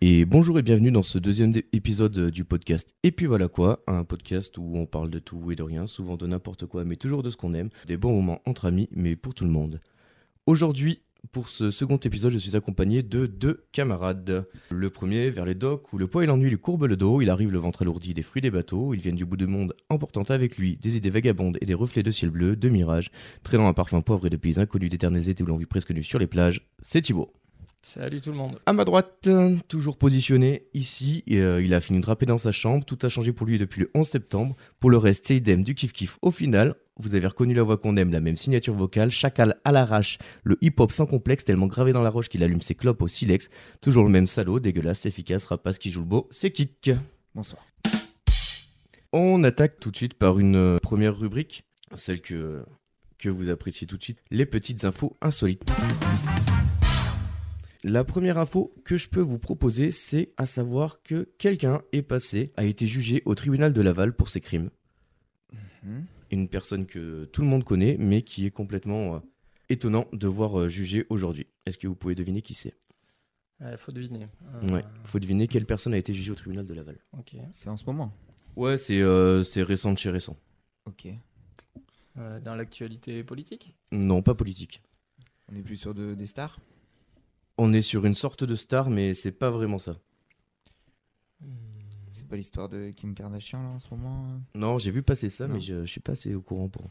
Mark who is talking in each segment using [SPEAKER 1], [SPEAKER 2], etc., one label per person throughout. [SPEAKER 1] Et bonjour et bienvenue dans ce deuxième dé- épisode euh, du podcast Et puis voilà quoi, un podcast où on parle de tout et de rien, souvent de n'importe quoi, mais toujours de ce qu'on aime, des bons moments entre amis, mais pour tout le monde. Aujourd'hui, pour ce second épisode, je suis accompagné de deux camarades. Le premier, vers les docks, où le poids et l'ennui lui courbent le dos, il arrive le ventre alourdi des fruits des bateaux, ils viennent du bout du monde, emportant avec lui des idées vagabondes et des reflets de ciel bleu, de mirages, traînant un parfum poivre et de pays inconnus d'éternisés et où l'on vit presque nu sur les plages, c'est Thibaut.
[SPEAKER 2] Salut tout le monde.
[SPEAKER 1] À ma droite, euh, toujours positionné ici, et, euh, il a fini de draper dans sa chambre, tout a changé pour lui depuis le 11 septembre. Pour le reste, c'est idem du kiff-kiff au final. Vous avez reconnu la voix qu'on aime, la même signature vocale, chacal à l'arrache, le hip-hop sans complexe tellement gravé dans la roche qu'il allume ses clopes au silex. Toujours le même salaud, dégueulasse, efficace, rapace qui joue le beau, c'est kick.
[SPEAKER 3] Bonsoir.
[SPEAKER 1] On attaque tout de suite par une euh, première rubrique, celle que, que vous appréciez tout de suite, les petites infos insolites. La première info que je peux vous proposer, c'est à savoir que quelqu'un est passé, a été jugé au tribunal de Laval pour ses crimes. Mm-hmm.
[SPEAKER 3] Mhm.
[SPEAKER 1] Une personne que tout le monde connaît, mais qui est complètement euh, étonnant de voir euh, jugé aujourd'hui. Est-ce que vous pouvez deviner qui c'est
[SPEAKER 2] Il Ah, faut deviner. Euh,
[SPEAKER 1] Ouais, faut deviner quelle personne a été jugée au tribunal de Laval.
[SPEAKER 2] Ok.
[SPEAKER 3] C'est en ce moment.
[SPEAKER 1] Ouais, c'est euh, c'est récent de chez récent.
[SPEAKER 3] Ok.
[SPEAKER 2] Euh, dans l'actualité politique
[SPEAKER 1] Non, pas politique.
[SPEAKER 3] On est plus sur de, des stars
[SPEAKER 1] On est sur une sorte de star, mais c'est pas vraiment ça. Hmm.
[SPEAKER 3] C'est pas l'histoire de Kim Kardashian là en ce moment euh
[SPEAKER 1] Non, j'ai vu passer ça,
[SPEAKER 3] Non.
[SPEAKER 1] mais je, je suis pas assez au courant pour,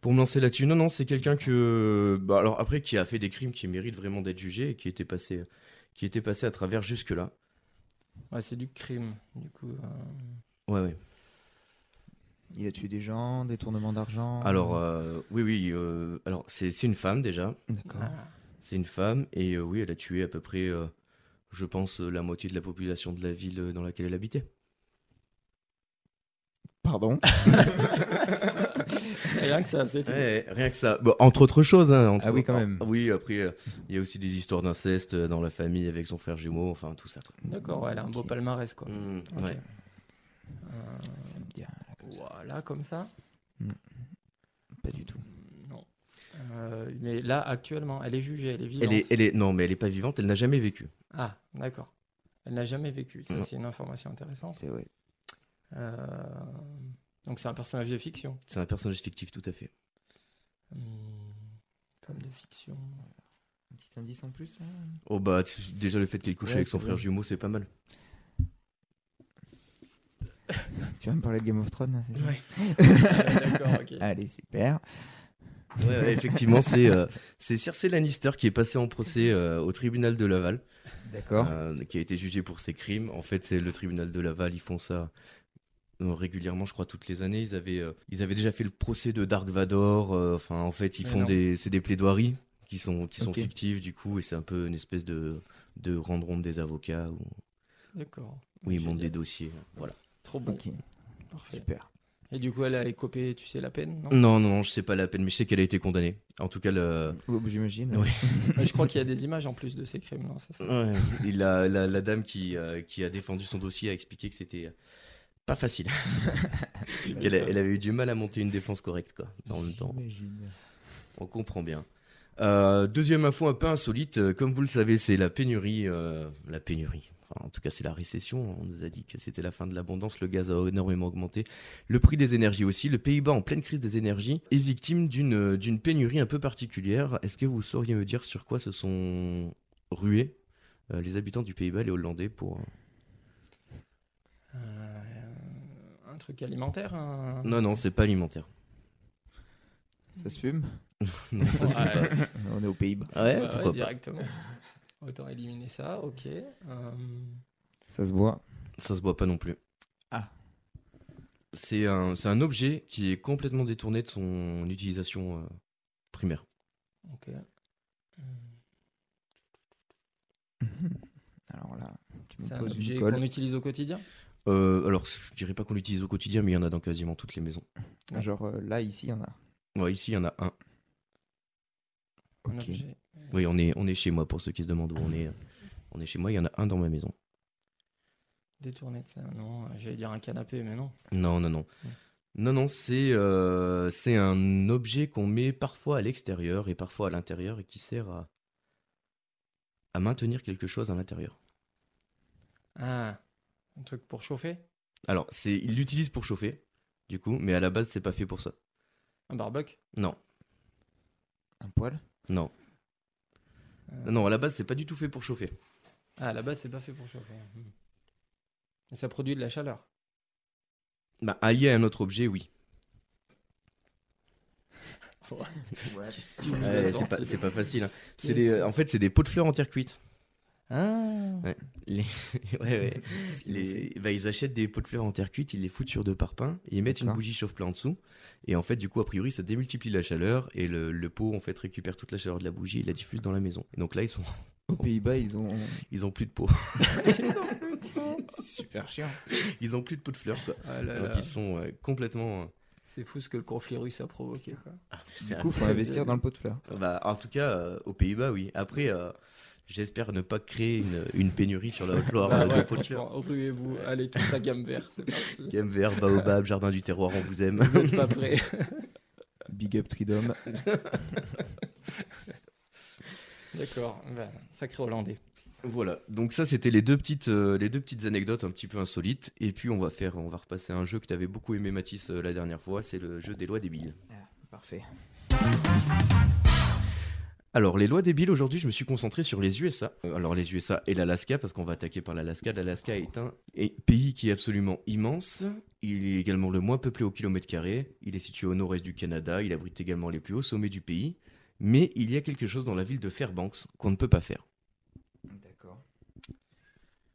[SPEAKER 1] pour me lancer là-dessus. Non, non, c'est quelqu'un que. bah, alors, après, qui a fait des crimes qui méritent vraiment d'être jugé et qui était passé, qui était passé à travers jusque-là.
[SPEAKER 2] Ouais, c'est du crime, du coup. euh,
[SPEAKER 1] Ouais, ouais.
[SPEAKER 3] Il a tué des gens, détournement d'argent.
[SPEAKER 1] Alors, euh, oui, oui. euh, alors, c'est c'est une femme déjà.
[SPEAKER 3] D'accord.
[SPEAKER 2] ah,
[SPEAKER 1] C'est une femme, et euh, oui, elle a tué à peu près, euh, je pense, euh, la moitié de la population de la ville euh, dans laquelle elle habitait.
[SPEAKER 3] Pardon
[SPEAKER 2] Rien que ça, c'est tout.
[SPEAKER 1] Ouais, rien que ça. Bon, entre autres choses. hein, entre-
[SPEAKER 3] Ah oui, quand même.
[SPEAKER 1] Ah oui, après, euh, il y a aussi des histoires d'inceste euh, dans la famille avec son frère jumeau, enfin, tout ça. quoi.
[SPEAKER 2] D'accord, ouais, elle a un beau
[SPEAKER 3] Ok.
[SPEAKER 2] palmarès, quoi.
[SPEAKER 1] Mm,
[SPEAKER 2] Ok.
[SPEAKER 1] ouais.
[SPEAKER 2] Euh,
[SPEAKER 3] Ça me dit rien, là, comme ça.
[SPEAKER 2] voilà, comme ça Hmm,
[SPEAKER 3] Pas du tout.
[SPEAKER 2] Non. Euh, mais là, actuellement, elle est jugée, elle est vivante.
[SPEAKER 1] Elle est, elle est, non, mais elle est pas vivante, elle n'a jamais vécu.
[SPEAKER 2] Ah, d'accord. Elle n'a jamais vécu, ça,
[SPEAKER 1] Non.
[SPEAKER 2] c'est une information intéressante.
[SPEAKER 3] C'est ouais.
[SPEAKER 2] Euh, Donc, c'est un personnage de fiction.
[SPEAKER 1] C'est un personnage fictif, tout à fait.
[SPEAKER 2] Hmm, Comme de fiction.
[SPEAKER 3] Un petit indice en plus là
[SPEAKER 1] Oh bah, tu- déjà le fait qu'elle couche
[SPEAKER 3] Ouais,
[SPEAKER 1] avec son
[SPEAKER 3] c'est
[SPEAKER 1] frère
[SPEAKER 3] vrai.
[SPEAKER 1] jumeau, c'est pas mal.
[SPEAKER 3] Tu vas me parler de Game of Thrones là, c'est ça
[SPEAKER 2] Ouais, d'accord, ok.
[SPEAKER 3] Allez, super.
[SPEAKER 1] Ouais, ouais, effectivement, c'est euh, c'est Cersei Lannister qui est passée en procès euh, au tribunal de Laval,
[SPEAKER 3] D'accord.
[SPEAKER 1] euh, qui a été jugée pour ses crimes. En fait, c'est le tribunal de Laval, ils font ça euh, régulièrement, je crois, toutes les années. Ils avaient, euh, ils avaient déjà fait le procès de Dark Vador. euh, Enfin, en fait, ils
[SPEAKER 2] Mais
[SPEAKER 1] font
[SPEAKER 2] non.
[SPEAKER 1] des, c'est des plaidoiries qui sont, qui sont
[SPEAKER 3] Ok.
[SPEAKER 1] fictives, du coup, et c'est un peu une espèce de, de grande ronde des avocats où,
[SPEAKER 2] D'accord.
[SPEAKER 1] où ils montent
[SPEAKER 2] Génial.
[SPEAKER 1] des dossiers. Voilà.
[SPEAKER 2] Trop bon.
[SPEAKER 3] Ok,
[SPEAKER 2] Parfait.
[SPEAKER 3] super.
[SPEAKER 2] Et du coup, elle a écopé, tu sais, la peine, non
[SPEAKER 1] Non, non, je sais pas la peine, mais je sais qu'elle a été condamnée. En tout cas, le-
[SPEAKER 3] Oh, J'imagine.
[SPEAKER 1] Ouais.
[SPEAKER 2] Je crois qu'il y a des images en plus de ces crimes, non c'est ça
[SPEAKER 1] Et la, la- la dame qui, euh, qui a défendu son dossier a expliqué que c'était euh, pas facile. Elle, a- elle avait eu du mal à monter une défense correcte, quoi, en même temps.
[SPEAKER 3] J'imagine.
[SPEAKER 1] On comprend bien. Euh, deuxième info un peu insolite, euh, comme vous le savez, c'est la pénurie. euh, la pénurie. Enfin, en tout cas, c'est la récession. On nous a dit que c'était la fin de l'abondance. Le gaz a énormément augmenté. Le prix des énergies aussi. Le Pays-Bas, en pleine crise des énergies, est victime d'une euh, d'une pénurie un peu particulière. Est-ce que vous sauriez me dire sur quoi se sont rués euh, les habitants du Pays-Bas, les Hollandais, pour. euh,
[SPEAKER 2] Euh, un truc alimentaire un...
[SPEAKER 1] Non, non, c'est pas alimentaire.
[SPEAKER 3] Ça se fume
[SPEAKER 1] Non, ça se fait
[SPEAKER 2] Ouais,
[SPEAKER 1] pas.
[SPEAKER 3] On est aux Pays-Bas.
[SPEAKER 1] Ouais,
[SPEAKER 2] ouais, ouais,
[SPEAKER 1] pourquoi pas.
[SPEAKER 2] directement. Autant éliminer ça, ok. Euh,
[SPEAKER 3] Ça se boit.
[SPEAKER 1] Ça se boit pas non plus.
[SPEAKER 3] Ah.
[SPEAKER 1] C'est un, c'est un objet qui est complètement détourné de son utilisation euh, primaire.
[SPEAKER 2] ok. Hum,
[SPEAKER 3] Alors là, tu
[SPEAKER 2] C'est
[SPEAKER 3] me
[SPEAKER 2] un
[SPEAKER 3] poses
[SPEAKER 2] objet
[SPEAKER 3] une
[SPEAKER 2] qu'on
[SPEAKER 3] colle.
[SPEAKER 2] utilise au quotidien
[SPEAKER 1] Euh, alors, je dirais pas qu'on l'utilise au quotidien, mais il y en a dans quasiment toutes les maisons.
[SPEAKER 2] Ouais.
[SPEAKER 3] Genre euh, là, ici, il y en a.
[SPEAKER 1] Ouais, ici, il y en a un.
[SPEAKER 2] Un
[SPEAKER 3] Ok.
[SPEAKER 2] objet.
[SPEAKER 1] Oui, on est, on est chez moi, pour ceux qui se demandent où on est. euh, On est chez moi, il y en a un dans ma maison.
[SPEAKER 2] Détourné de ça Non, euh, j'allais dire un canapé, mais non.
[SPEAKER 1] Non, non, non.
[SPEAKER 2] Ouais.
[SPEAKER 1] Non, non, c'est euh, c'est un objet qu'on met parfois à l'extérieur et parfois à l'intérieur et qui sert à, à maintenir quelque chose à l'intérieur.
[SPEAKER 2] Ah, un truc pour chauffer
[SPEAKER 1] Alors, c'est, il l'utilise pour chauffer, du coup, mais à la base, c'est pas fait pour ça.
[SPEAKER 2] Un barbecue
[SPEAKER 1] Non,
[SPEAKER 3] Un poil
[SPEAKER 1] non.
[SPEAKER 2] Euh.
[SPEAKER 1] Non, à la base, c'est pas du tout fait pour chauffer.
[SPEAKER 2] Ah, à la base, c'est pas fait pour chauffer. Hmm. Et ça produit de la chaleur.
[SPEAKER 1] Bah, allié à un autre objet, oui.
[SPEAKER 3] Ouais.
[SPEAKER 1] Ouais,
[SPEAKER 2] nous as
[SPEAKER 1] Euh, c'est,
[SPEAKER 2] sorti
[SPEAKER 1] pas, c'est pas facile. hein. C'est
[SPEAKER 2] Qu'est-ce
[SPEAKER 1] des-
[SPEAKER 2] que-
[SPEAKER 1] en fait, c'est des pots de fleurs en terre cuite.
[SPEAKER 2] Ah
[SPEAKER 1] Les- ouais, ouais. Les- bah, ils achètent des pots de fleurs en terre cuite, ils les foutent sur deux parpaings, ils mettent une
[SPEAKER 3] D'accord.
[SPEAKER 1] bougie chauffe-plat en dessous. Et en fait, du coup, a priori, ça démultiplie la chaleur et le, le pot en fait récupère toute la chaleur de la bougie et la diffuse dans la maison. Et donc là, ils sont,
[SPEAKER 3] Aux Pays-Bas, ils ont.
[SPEAKER 1] ils ont plus de pots,
[SPEAKER 3] C'est super chiant.
[SPEAKER 1] ils ont plus de pots de fleurs. Quoi.
[SPEAKER 2] Ah là
[SPEAKER 1] Donc
[SPEAKER 2] là.
[SPEAKER 1] ils sont euh, complètement. euh,
[SPEAKER 2] C'est fou ce que le conflit russe a provoqué. quoi.
[SPEAKER 1] c'est
[SPEAKER 3] Du coup, faut investir dans le pot de fleurs.
[SPEAKER 1] Bah, en tout cas, euh, aux Pays-Bas, oui. Après, euh, j'espère ne pas créer une, une pénurie sur la Haute-Loire
[SPEAKER 2] Bah
[SPEAKER 1] euh,
[SPEAKER 2] ouais,
[SPEAKER 1] de pots de fleurs.
[SPEAKER 2] franchement, Ruez-vous, allez tous à gamme verte, c'est parti.
[SPEAKER 1] Gamme vert, baobab, jardin du terroir, on vous aime.
[SPEAKER 2] Vous êtes pas prêts.
[SPEAKER 3] Big up Tridom.
[SPEAKER 2] D'accord, bah, sacré Hollandais.
[SPEAKER 1] Voilà. Donc ça, c'était les deux petites, euh, les deux petites anecdotes un petit peu insolites. Et puis on va faire, on va repasser à un jeu que t'avais beaucoup aimé, Mathis, euh, la dernière fois. C'est le jeu des lois débiles.
[SPEAKER 3] Parfait.
[SPEAKER 1] Alors les lois débiles aujourd'hui, je me suis concentré sur les USA. Euh, Alors les USA et l'Alaska parce qu'on va attaquer par l'Alaska. L'Alaska est un est- pays qui est absolument immense. Il est également le moins peuplé au kilomètre carré. Il est situé au nord-est du Canada. Il abrite également les plus hauts sommets du pays. Mais il y a quelque chose dans la ville de Fairbanks qu'on ne peut pas faire.
[SPEAKER 3] D'accord.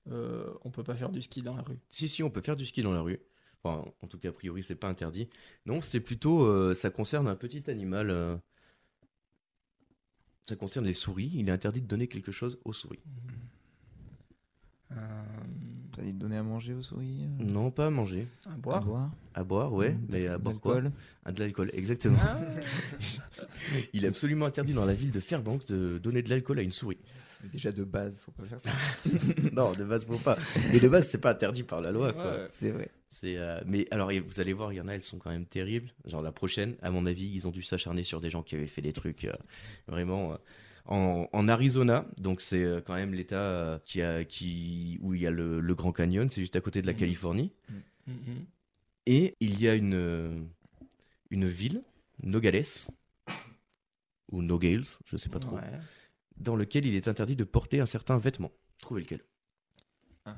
[SPEAKER 2] Euh, on peut pas faire du ski dans la rue.
[SPEAKER 1] Si, si, on peut faire du ski dans la rue. Enfin, en tout cas, a priori, c'est pas interdit. Non, c'est plutôt. euh, ça concerne un petit animal. euh, Ça concerne les souris. Il est interdit de donner quelque chose aux souris.
[SPEAKER 2] Euh,
[SPEAKER 3] T'as dit de donner à manger aux souris euh,
[SPEAKER 1] Non, pas à manger.
[SPEAKER 2] à
[SPEAKER 3] à
[SPEAKER 2] boire
[SPEAKER 3] boire
[SPEAKER 1] À boire, ouais,
[SPEAKER 3] de-
[SPEAKER 1] mais à
[SPEAKER 3] de
[SPEAKER 1] boire quoi
[SPEAKER 3] l'alcool.
[SPEAKER 1] Ah, De Mmh, l'alcool, exactement.
[SPEAKER 2] Ah,
[SPEAKER 1] Il est absolument interdit dans la ville de Fairbanks de donner de l'alcool à une souris.
[SPEAKER 3] Mais Déjà de base, faut pas faire ça.
[SPEAKER 1] non, de base, faut pas. Mais de base, c'est pas interdit par la loi, quoi.
[SPEAKER 2] ouais.
[SPEAKER 3] C'est vrai.
[SPEAKER 1] C'est, euh, Mais alors, et vous allez voir, il y en a, elles sont quand même terribles. Genre, la prochaine, à mon avis, ils ont dû s'acharner sur des gens qui avaient fait des trucs euh, vraiment. euh, en, en Arizona, donc c'est euh, quand même l'État euh, qui a, qui, où il y a le, le Grand Canyon, c'est juste à côté de la
[SPEAKER 3] Mhm.
[SPEAKER 1] Californie.
[SPEAKER 2] Mhm.
[SPEAKER 1] Et il y a une, euh, une ville, Nogales, ou Nogales, je sais pas trop,
[SPEAKER 2] Ouais.
[SPEAKER 1] dans lequel il est interdit de porter un certain vêtement. Trouvez lequel
[SPEAKER 3] Euh,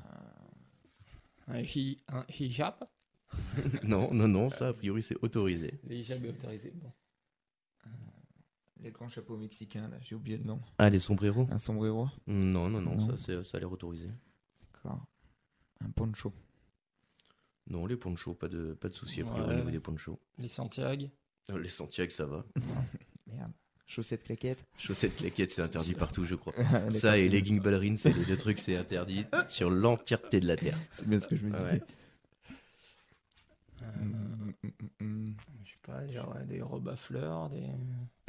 [SPEAKER 2] Un, hi- un hijab
[SPEAKER 1] Non, non, non, ça, a priori, c'est autorisé.
[SPEAKER 2] Le hijab est autorisé. Bon.
[SPEAKER 3] Les grands chapeaux mexicains, là, j'ai oublié le nom.
[SPEAKER 1] Ah, les sombreros
[SPEAKER 3] Un sombrero.
[SPEAKER 1] Non, non, non,
[SPEAKER 3] Non.
[SPEAKER 1] ça, c'est- ça a l'air autorisé.
[SPEAKER 3] D'accord. Un poncho.
[SPEAKER 1] Non, les ponchos, pas de, pas de souci a priori,
[SPEAKER 2] Ouais.
[SPEAKER 1] au niveau des ponchos.
[SPEAKER 2] Les Santiago
[SPEAKER 1] Euh, Les sentiers, ça va.
[SPEAKER 3] Merde. Chaussettes claquettes.
[SPEAKER 1] Chaussettes, claquettes, c'est interdit partout, je crois.
[SPEAKER 3] D'accord,
[SPEAKER 1] Ça
[SPEAKER 3] c'est
[SPEAKER 1] et
[SPEAKER 3] bien
[SPEAKER 1] leggings ballerines, c'est les deux trucs, c'est interdit sur l'entièreté de la Terre.
[SPEAKER 3] ce- C'est bien ce que je me
[SPEAKER 1] Ouais.
[SPEAKER 3] disais.
[SPEAKER 2] Euh,
[SPEAKER 3] Mm, mm, mm, mm.
[SPEAKER 2] Je sais pas, genre euh, des robes à fleurs, des.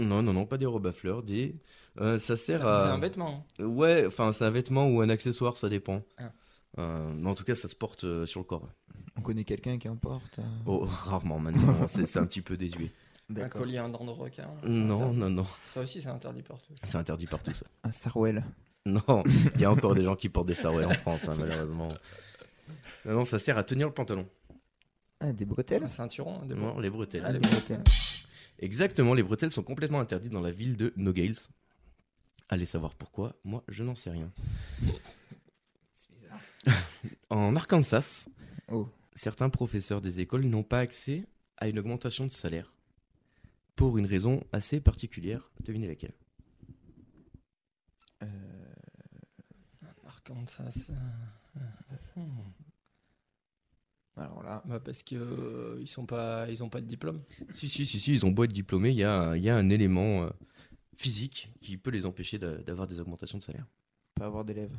[SPEAKER 1] Non, non, non, pas des robes à fleurs, des. euh, ça
[SPEAKER 2] C'est
[SPEAKER 1] sert à.
[SPEAKER 2] c'est un vêtement. hein.
[SPEAKER 1] Ouais, enfin, c'est un vêtement ou un accessoire, ça dépend.
[SPEAKER 2] Ah.
[SPEAKER 1] Euh, mais en tout cas, ça se porte euh, sur le corps.
[SPEAKER 3] On connaît quelqu'un qui en porte. euh,
[SPEAKER 1] Oh, rarement maintenant, c'est c'est un petit peu désuet.
[SPEAKER 2] Un
[SPEAKER 3] d'accord.
[SPEAKER 2] collier, un dent de requin. c'est
[SPEAKER 1] Non,
[SPEAKER 2] interdit.
[SPEAKER 1] non, non,
[SPEAKER 2] Ça aussi, c'est interdit partout.
[SPEAKER 1] c'est interdit partout, ça.
[SPEAKER 3] Un sarouel.
[SPEAKER 1] Non, il y a encore des gens qui portent des sarouels en France, hein, malheureusement. Non, non, ça sert à tenir le pantalon.
[SPEAKER 3] Ah, des bretelles.
[SPEAKER 2] Un ceinturon, des
[SPEAKER 1] Non, les bretelles.
[SPEAKER 3] Ah,
[SPEAKER 2] les
[SPEAKER 3] des bretelles.
[SPEAKER 1] Exactement, les bretelles sont complètement interdites dans la ville de Nogales. Allez savoir pourquoi, moi je n'en sais rien.
[SPEAKER 3] C'est bizarre.
[SPEAKER 1] En Arkansas,
[SPEAKER 3] Oh.
[SPEAKER 1] certains professeurs des écoles n'ont pas accès à une augmentation de salaire pour une raison assez particulière. Devinez laquelle
[SPEAKER 3] Euh,
[SPEAKER 2] Arkansas. euh, hmm.
[SPEAKER 3] alors là,
[SPEAKER 2] Bah, parce que euh, ils sont pas, ils ont pas de diplôme.
[SPEAKER 1] Si, si, si, si, ils ont beau être diplômés, il y a, il y a un élément euh, physique qui peut les empêcher d'a- d'avoir des augmentations de salaire.
[SPEAKER 3] pas avoir d'élèves.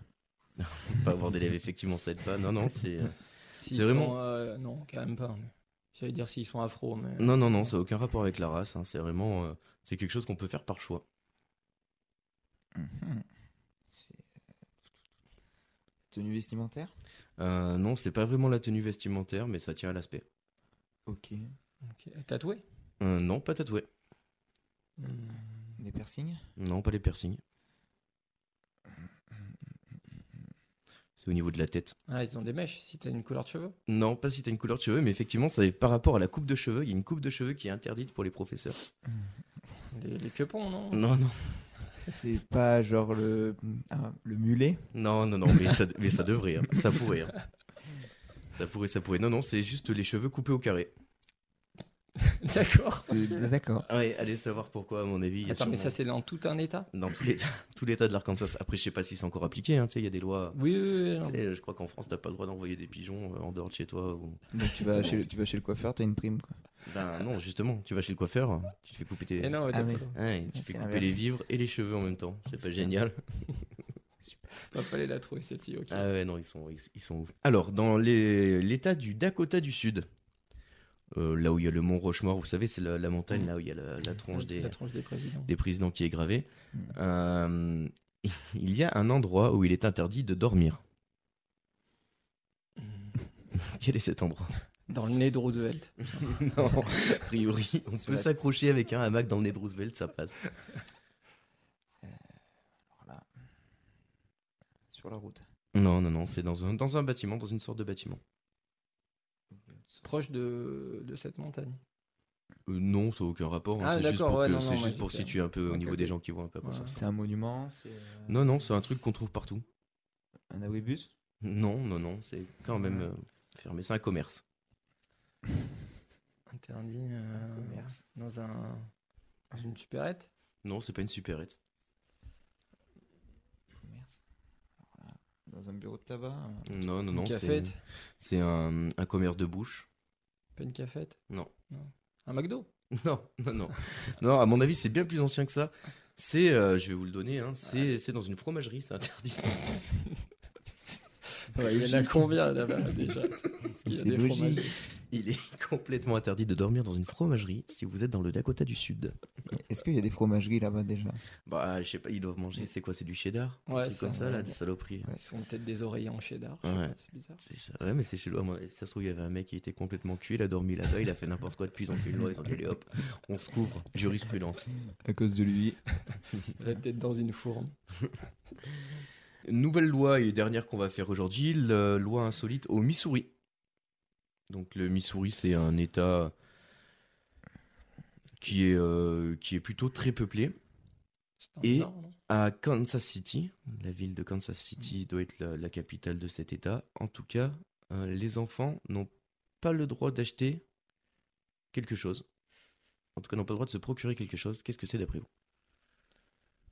[SPEAKER 1] Pas avoir d'élèves, effectivement, ça aide pas. Non, non, c'est. euh,
[SPEAKER 2] S'ils
[SPEAKER 1] C'est vraiment-
[SPEAKER 2] sont, euh, non, quand même pas. mais- J'allais dire s'ils sont afro, mais.
[SPEAKER 1] Non, non, non, ça n'a aucun rapport avec la race. hein, C'est vraiment. euh, C'est quelque chose qu'on peut faire par choix.
[SPEAKER 3] Mhm. C'est- euh, Tenue vestimentaire
[SPEAKER 1] Euh, non, c'est pas vraiment la tenue vestimentaire, mais ça tient à l'aspect.
[SPEAKER 3] Ok.
[SPEAKER 2] Ok. Tatoués
[SPEAKER 1] Euh, non, pas tatoué.
[SPEAKER 2] Hmm.
[SPEAKER 3] Des piercings
[SPEAKER 1] Non, pas les piercings. C'est au niveau de la tête.
[SPEAKER 2] Ah, ils ont des mèches si t'as une couleur de cheveux.
[SPEAKER 1] Non, pas si t'as une couleur de cheveux, mais effectivement, c'est par rapport à la coupe de cheveux. Il y a une coupe de cheveux qui est interdite pour les professeurs.
[SPEAKER 2] Les, les quepons, non
[SPEAKER 1] Non, non,
[SPEAKER 3] C'est pas genre le, ah, le mulet.
[SPEAKER 1] non, non, non, mais ça, mais ça devrait, hein. ça pourrait. hein. Ça pourrait, ça pourrait. Non, non, c'est juste les cheveux coupés au carré.
[SPEAKER 2] D'accord.
[SPEAKER 3] C'est- D'accord.
[SPEAKER 1] Ah ouais, allez savoir pourquoi, à mon avis. il y a
[SPEAKER 2] Attends, mais ça
[SPEAKER 1] sûrement-
[SPEAKER 2] c'est dans tout un état
[SPEAKER 1] Dans tout l'état, tout l'état de l'Arkansas. Après, je sais pas si c'est encore appliqué, hein, tu sais, il y a des lois.
[SPEAKER 2] Oui, oui, oui. non.
[SPEAKER 1] Tu sais, Je crois qu'en France, t'as pas le droit d'envoyer des pigeons euh, en dehors de chez toi. ou-
[SPEAKER 3] Donc tu vas chez le, tu vas chez le coiffeur, t'as une prime. Quoi.
[SPEAKER 1] Ben non, justement, tu vas chez le coiffeur, tu te fais couper tes.
[SPEAKER 2] Eh non, mais t'as
[SPEAKER 3] Ah
[SPEAKER 2] pas
[SPEAKER 3] oui.
[SPEAKER 2] le droit.
[SPEAKER 1] Ouais, tu te fais
[SPEAKER 3] C'est
[SPEAKER 1] couper
[SPEAKER 3] l'inverse.
[SPEAKER 1] les vivres et les cheveux en même temps. C'est pas
[SPEAKER 3] Putain.
[SPEAKER 1] génial.
[SPEAKER 2] Bah, fallait la trouver celle-ci, ok.
[SPEAKER 1] Ah ouais, non, ils sont, ils, ils sont ouf. Alors, dans les- l'état du Dakota du Sud, euh, là où il y a le mont Rochemort, vous savez, c'est la, la montagne,
[SPEAKER 2] Mhm.
[SPEAKER 1] là où il y a la, Mm. la Mm.
[SPEAKER 2] La-
[SPEAKER 1] tronche des,
[SPEAKER 2] La tranche des présidents.
[SPEAKER 1] des présidents qui est gravée,
[SPEAKER 3] Mhm.
[SPEAKER 1] euh, il y a un endroit où il est interdit de dormir. Quel est cet endroit
[SPEAKER 2] Dans le nez de Roosevelt.
[SPEAKER 1] Non, a priori, on
[SPEAKER 3] Sur
[SPEAKER 1] peut
[SPEAKER 3] la-
[SPEAKER 1] s'accrocher avec un hamac dans le nez de Roosevelt, ça passe.
[SPEAKER 3] Voilà. Sur la route.
[SPEAKER 1] Non, non, non, c'est dans un, dans un bâtiment, dans une sorte de bâtiment.
[SPEAKER 2] Proche de, de cette montagne.
[SPEAKER 1] Euh, non, ça n'a aucun rapport. hein,
[SPEAKER 2] Ah,
[SPEAKER 1] c'est juste
[SPEAKER 2] d'accord,
[SPEAKER 1] pour,
[SPEAKER 2] ouais,
[SPEAKER 1] que-
[SPEAKER 2] non,
[SPEAKER 1] c'est
[SPEAKER 2] non,
[SPEAKER 1] juste
[SPEAKER 2] ouais,
[SPEAKER 1] pour
[SPEAKER 2] c'est-
[SPEAKER 1] situer un peu au
[SPEAKER 2] ok,
[SPEAKER 1] niveau
[SPEAKER 2] ok.
[SPEAKER 1] des gens qui vont un peu après
[SPEAKER 2] Ouais.
[SPEAKER 1] ça.
[SPEAKER 3] C'est un monument, c'est euh,
[SPEAKER 1] Non, non, c'est un truc qu'on trouve partout.
[SPEAKER 3] un awébus.
[SPEAKER 1] Non, non, non, c'est quand même
[SPEAKER 3] Ouais.
[SPEAKER 1] euh, fermé. C'est un commerce.
[SPEAKER 2] Interdit euh,
[SPEAKER 3] Commerce.
[SPEAKER 2] dans un dans une supérette.
[SPEAKER 1] Non, c'est pas une supérette.
[SPEAKER 3] Commerce. Alors là, Dans un bureau de tabac. un-
[SPEAKER 1] Non, Ah non,
[SPEAKER 2] Une
[SPEAKER 1] non, c'est
[SPEAKER 2] cafette.
[SPEAKER 1] c'est un, un commerce de bouche.
[SPEAKER 2] Pas une cafette.
[SPEAKER 1] Non.
[SPEAKER 2] Un McDo.
[SPEAKER 1] Non, non, non. non, à mon avis, c'est bien plus ancien que ça. C'est, euh, je vais vous le donner, hein, c'est c'est dans une fromagerie, c'est interdit.
[SPEAKER 2] Ouais, il y en a combien là-bas déjà Parce qu'il y a
[SPEAKER 1] C'est
[SPEAKER 2] des
[SPEAKER 1] logique.
[SPEAKER 2] fromageries.
[SPEAKER 1] Il est complètement interdit de dormir dans une fromagerie si vous êtes dans le Dakota du Sud.
[SPEAKER 3] Est-ce qu'il y a des fromageries là-bas déjà
[SPEAKER 1] Bah, je sais pas, ils doivent
[SPEAKER 2] Mm.
[SPEAKER 1] manger, c'est quoi, c'est du cheddar Un
[SPEAKER 2] Ouais,
[SPEAKER 1] truc
[SPEAKER 2] c'est
[SPEAKER 1] comme
[SPEAKER 2] un-
[SPEAKER 1] ça, là, des saloperies.
[SPEAKER 3] Ouais,
[SPEAKER 2] Ils ont peut-être des oreillers en cheddar. je sais
[SPEAKER 1] Ouais.
[SPEAKER 2] pas, C'est bizarre.
[SPEAKER 1] C'est ça. Ouais, mais c'est chez moi. Ça se trouve, il y avait un mec qui était complètement cuit, il a dormi là-bas, il a fait n'importe quoi depuis, ils ont fait une loi, ils ont dit allez hop, on se couvre, jurisprudence.
[SPEAKER 3] À cause de lui.
[SPEAKER 2] Peut-être dans une fourme.
[SPEAKER 1] Nouvelle loi et dernière qu'on va faire aujourd'hui, la loi insolite au Missouri. Donc le Missouri, c'est un État qui est, euh, qui est plutôt très peuplé.
[SPEAKER 2] C'est dans
[SPEAKER 1] Et-
[SPEAKER 2] le Nord, non
[SPEAKER 1] à Kansas City. La ville de Kansas City doit être la, la capitale de cet État. En tout cas, euh, les enfants n'ont pas le droit d'acheter quelque chose. En tout cas, n'ont pas le droit de se procurer quelque chose. Qu'est-ce que c'est d'après vous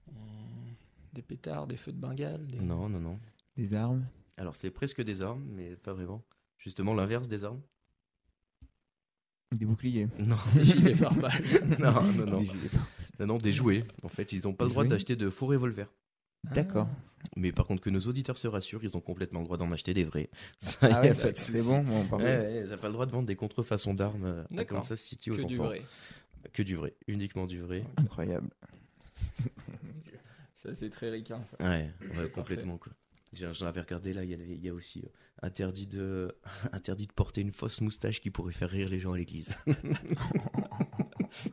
[SPEAKER 2] Hum, Des pétards, des feux de Bengale. Des...
[SPEAKER 1] Non, non, non.
[SPEAKER 3] Des armes.
[SPEAKER 1] Alors, c'est presque des armes, mais pas vraiment. Justement, l'inverse des armes
[SPEAKER 3] Des boucliers.
[SPEAKER 1] Non.
[SPEAKER 2] Des gilets pare-balles.
[SPEAKER 1] non, non, non.
[SPEAKER 3] Des gilets pare-
[SPEAKER 1] Non, non, des jouets. En fait, ils n'ont pas
[SPEAKER 3] Des
[SPEAKER 1] le droit
[SPEAKER 3] jouets
[SPEAKER 1] d'acheter de faux revolvers.
[SPEAKER 3] D'accord.
[SPEAKER 2] Ah,
[SPEAKER 1] Mais par contre, que nos auditeurs se rassurent, ils ont complètement le droit d'en acheter des vrais. Ça, y a
[SPEAKER 3] Ah ouais,
[SPEAKER 1] pas de
[SPEAKER 3] c'est
[SPEAKER 1] souci.
[SPEAKER 3] bon, bon,
[SPEAKER 1] Ouais,
[SPEAKER 3] parfait.
[SPEAKER 1] ouais, t'as pas le droit de vendre des contrefaçons d'armes euh, à
[SPEAKER 2] D'accord.
[SPEAKER 1] Kansas City aux
[SPEAKER 2] Que
[SPEAKER 1] enfants.
[SPEAKER 2] du vrai.
[SPEAKER 1] Que du vrai, uniquement du vrai.
[SPEAKER 3] Incroyable.
[SPEAKER 2] Ça, c'est très ricain, ça.
[SPEAKER 1] Ouais, ouais, complètement quoi. J'ai- J'en avais regardé là, il y, avait- il y a aussi euh, interdit, de, interdit de porter une fausse moustache qui pourrait faire rire les gens à l'église.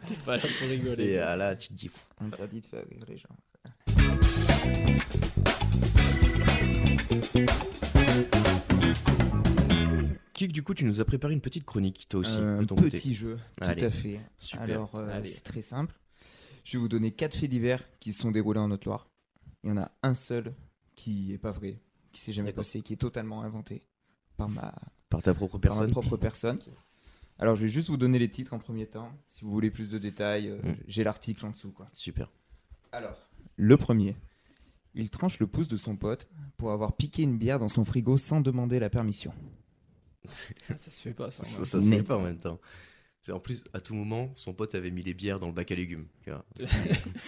[SPEAKER 2] T'es pas là pour
[SPEAKER 1] Et
[SPEAKER 2] rigoler.
[SPEAKER 1] ah, là, tu te dis, fou.
[SPEAKER 3] Interdit de faire rire les gens.
[SPEAKER 1] Kik, du coup, tu nous as préparé une petite chronique, toi aussi,
[SPEAKER 3] Un
[SPEAKER 1] de ton
[SPEAKER 3] Euh, petit
[SPEAKER 1] côté.
[SPEAKER 3] jeu,
[SPEAKER 1] Allez.
[SPEAKER 3] tout à fait.
[SPEAKER 1] Super.
[SPEAKER 3] Alors, euh,
[SPEAKER 2] Allez.
[SPEAKER 3] c'est très simple. Je vais vous donner quatre faits divers qui se sont déroulés en Haute-Loire. Il y en a un seul qui est pas vrai, qui s'est jamais
[SPEAKER 1] D'accord.
[SPEAKER 3] passé, qui est totalement inventé par ma,
[SPEAKER 1] Par ta propre
[SPEAKER 3] par ma
[SPEAKER 1] personne.
[SPEAKER 3] propre personne. Alors, je vais juste vous donner les titres en premier temps. Si vous voulez plus de détails, euh,
[SPEAKER 1] Mm.
[SPEAKER 3] j'ai l'article en dessous. Quoi.
[SPEAKER 1] Super.
[SPEAKER 3] Alors, le premier. Il tranche le pouce de son pote pour avoir piqué une bière dans son frigo sans demander la permission.
[SPEAKER 2] Ah, Ça se fait pas, ça.
[SPEAKER 1] Ça,
[SPEAKER 2] moi.
[SPEAKER 1] ça se fait
[SPEAKER 3] Mais-
[SPEAKER 1] pas en même temps. C'est- En plus, à tout moment, son pote avait mis les bières dans le bac à légumes. tu vois.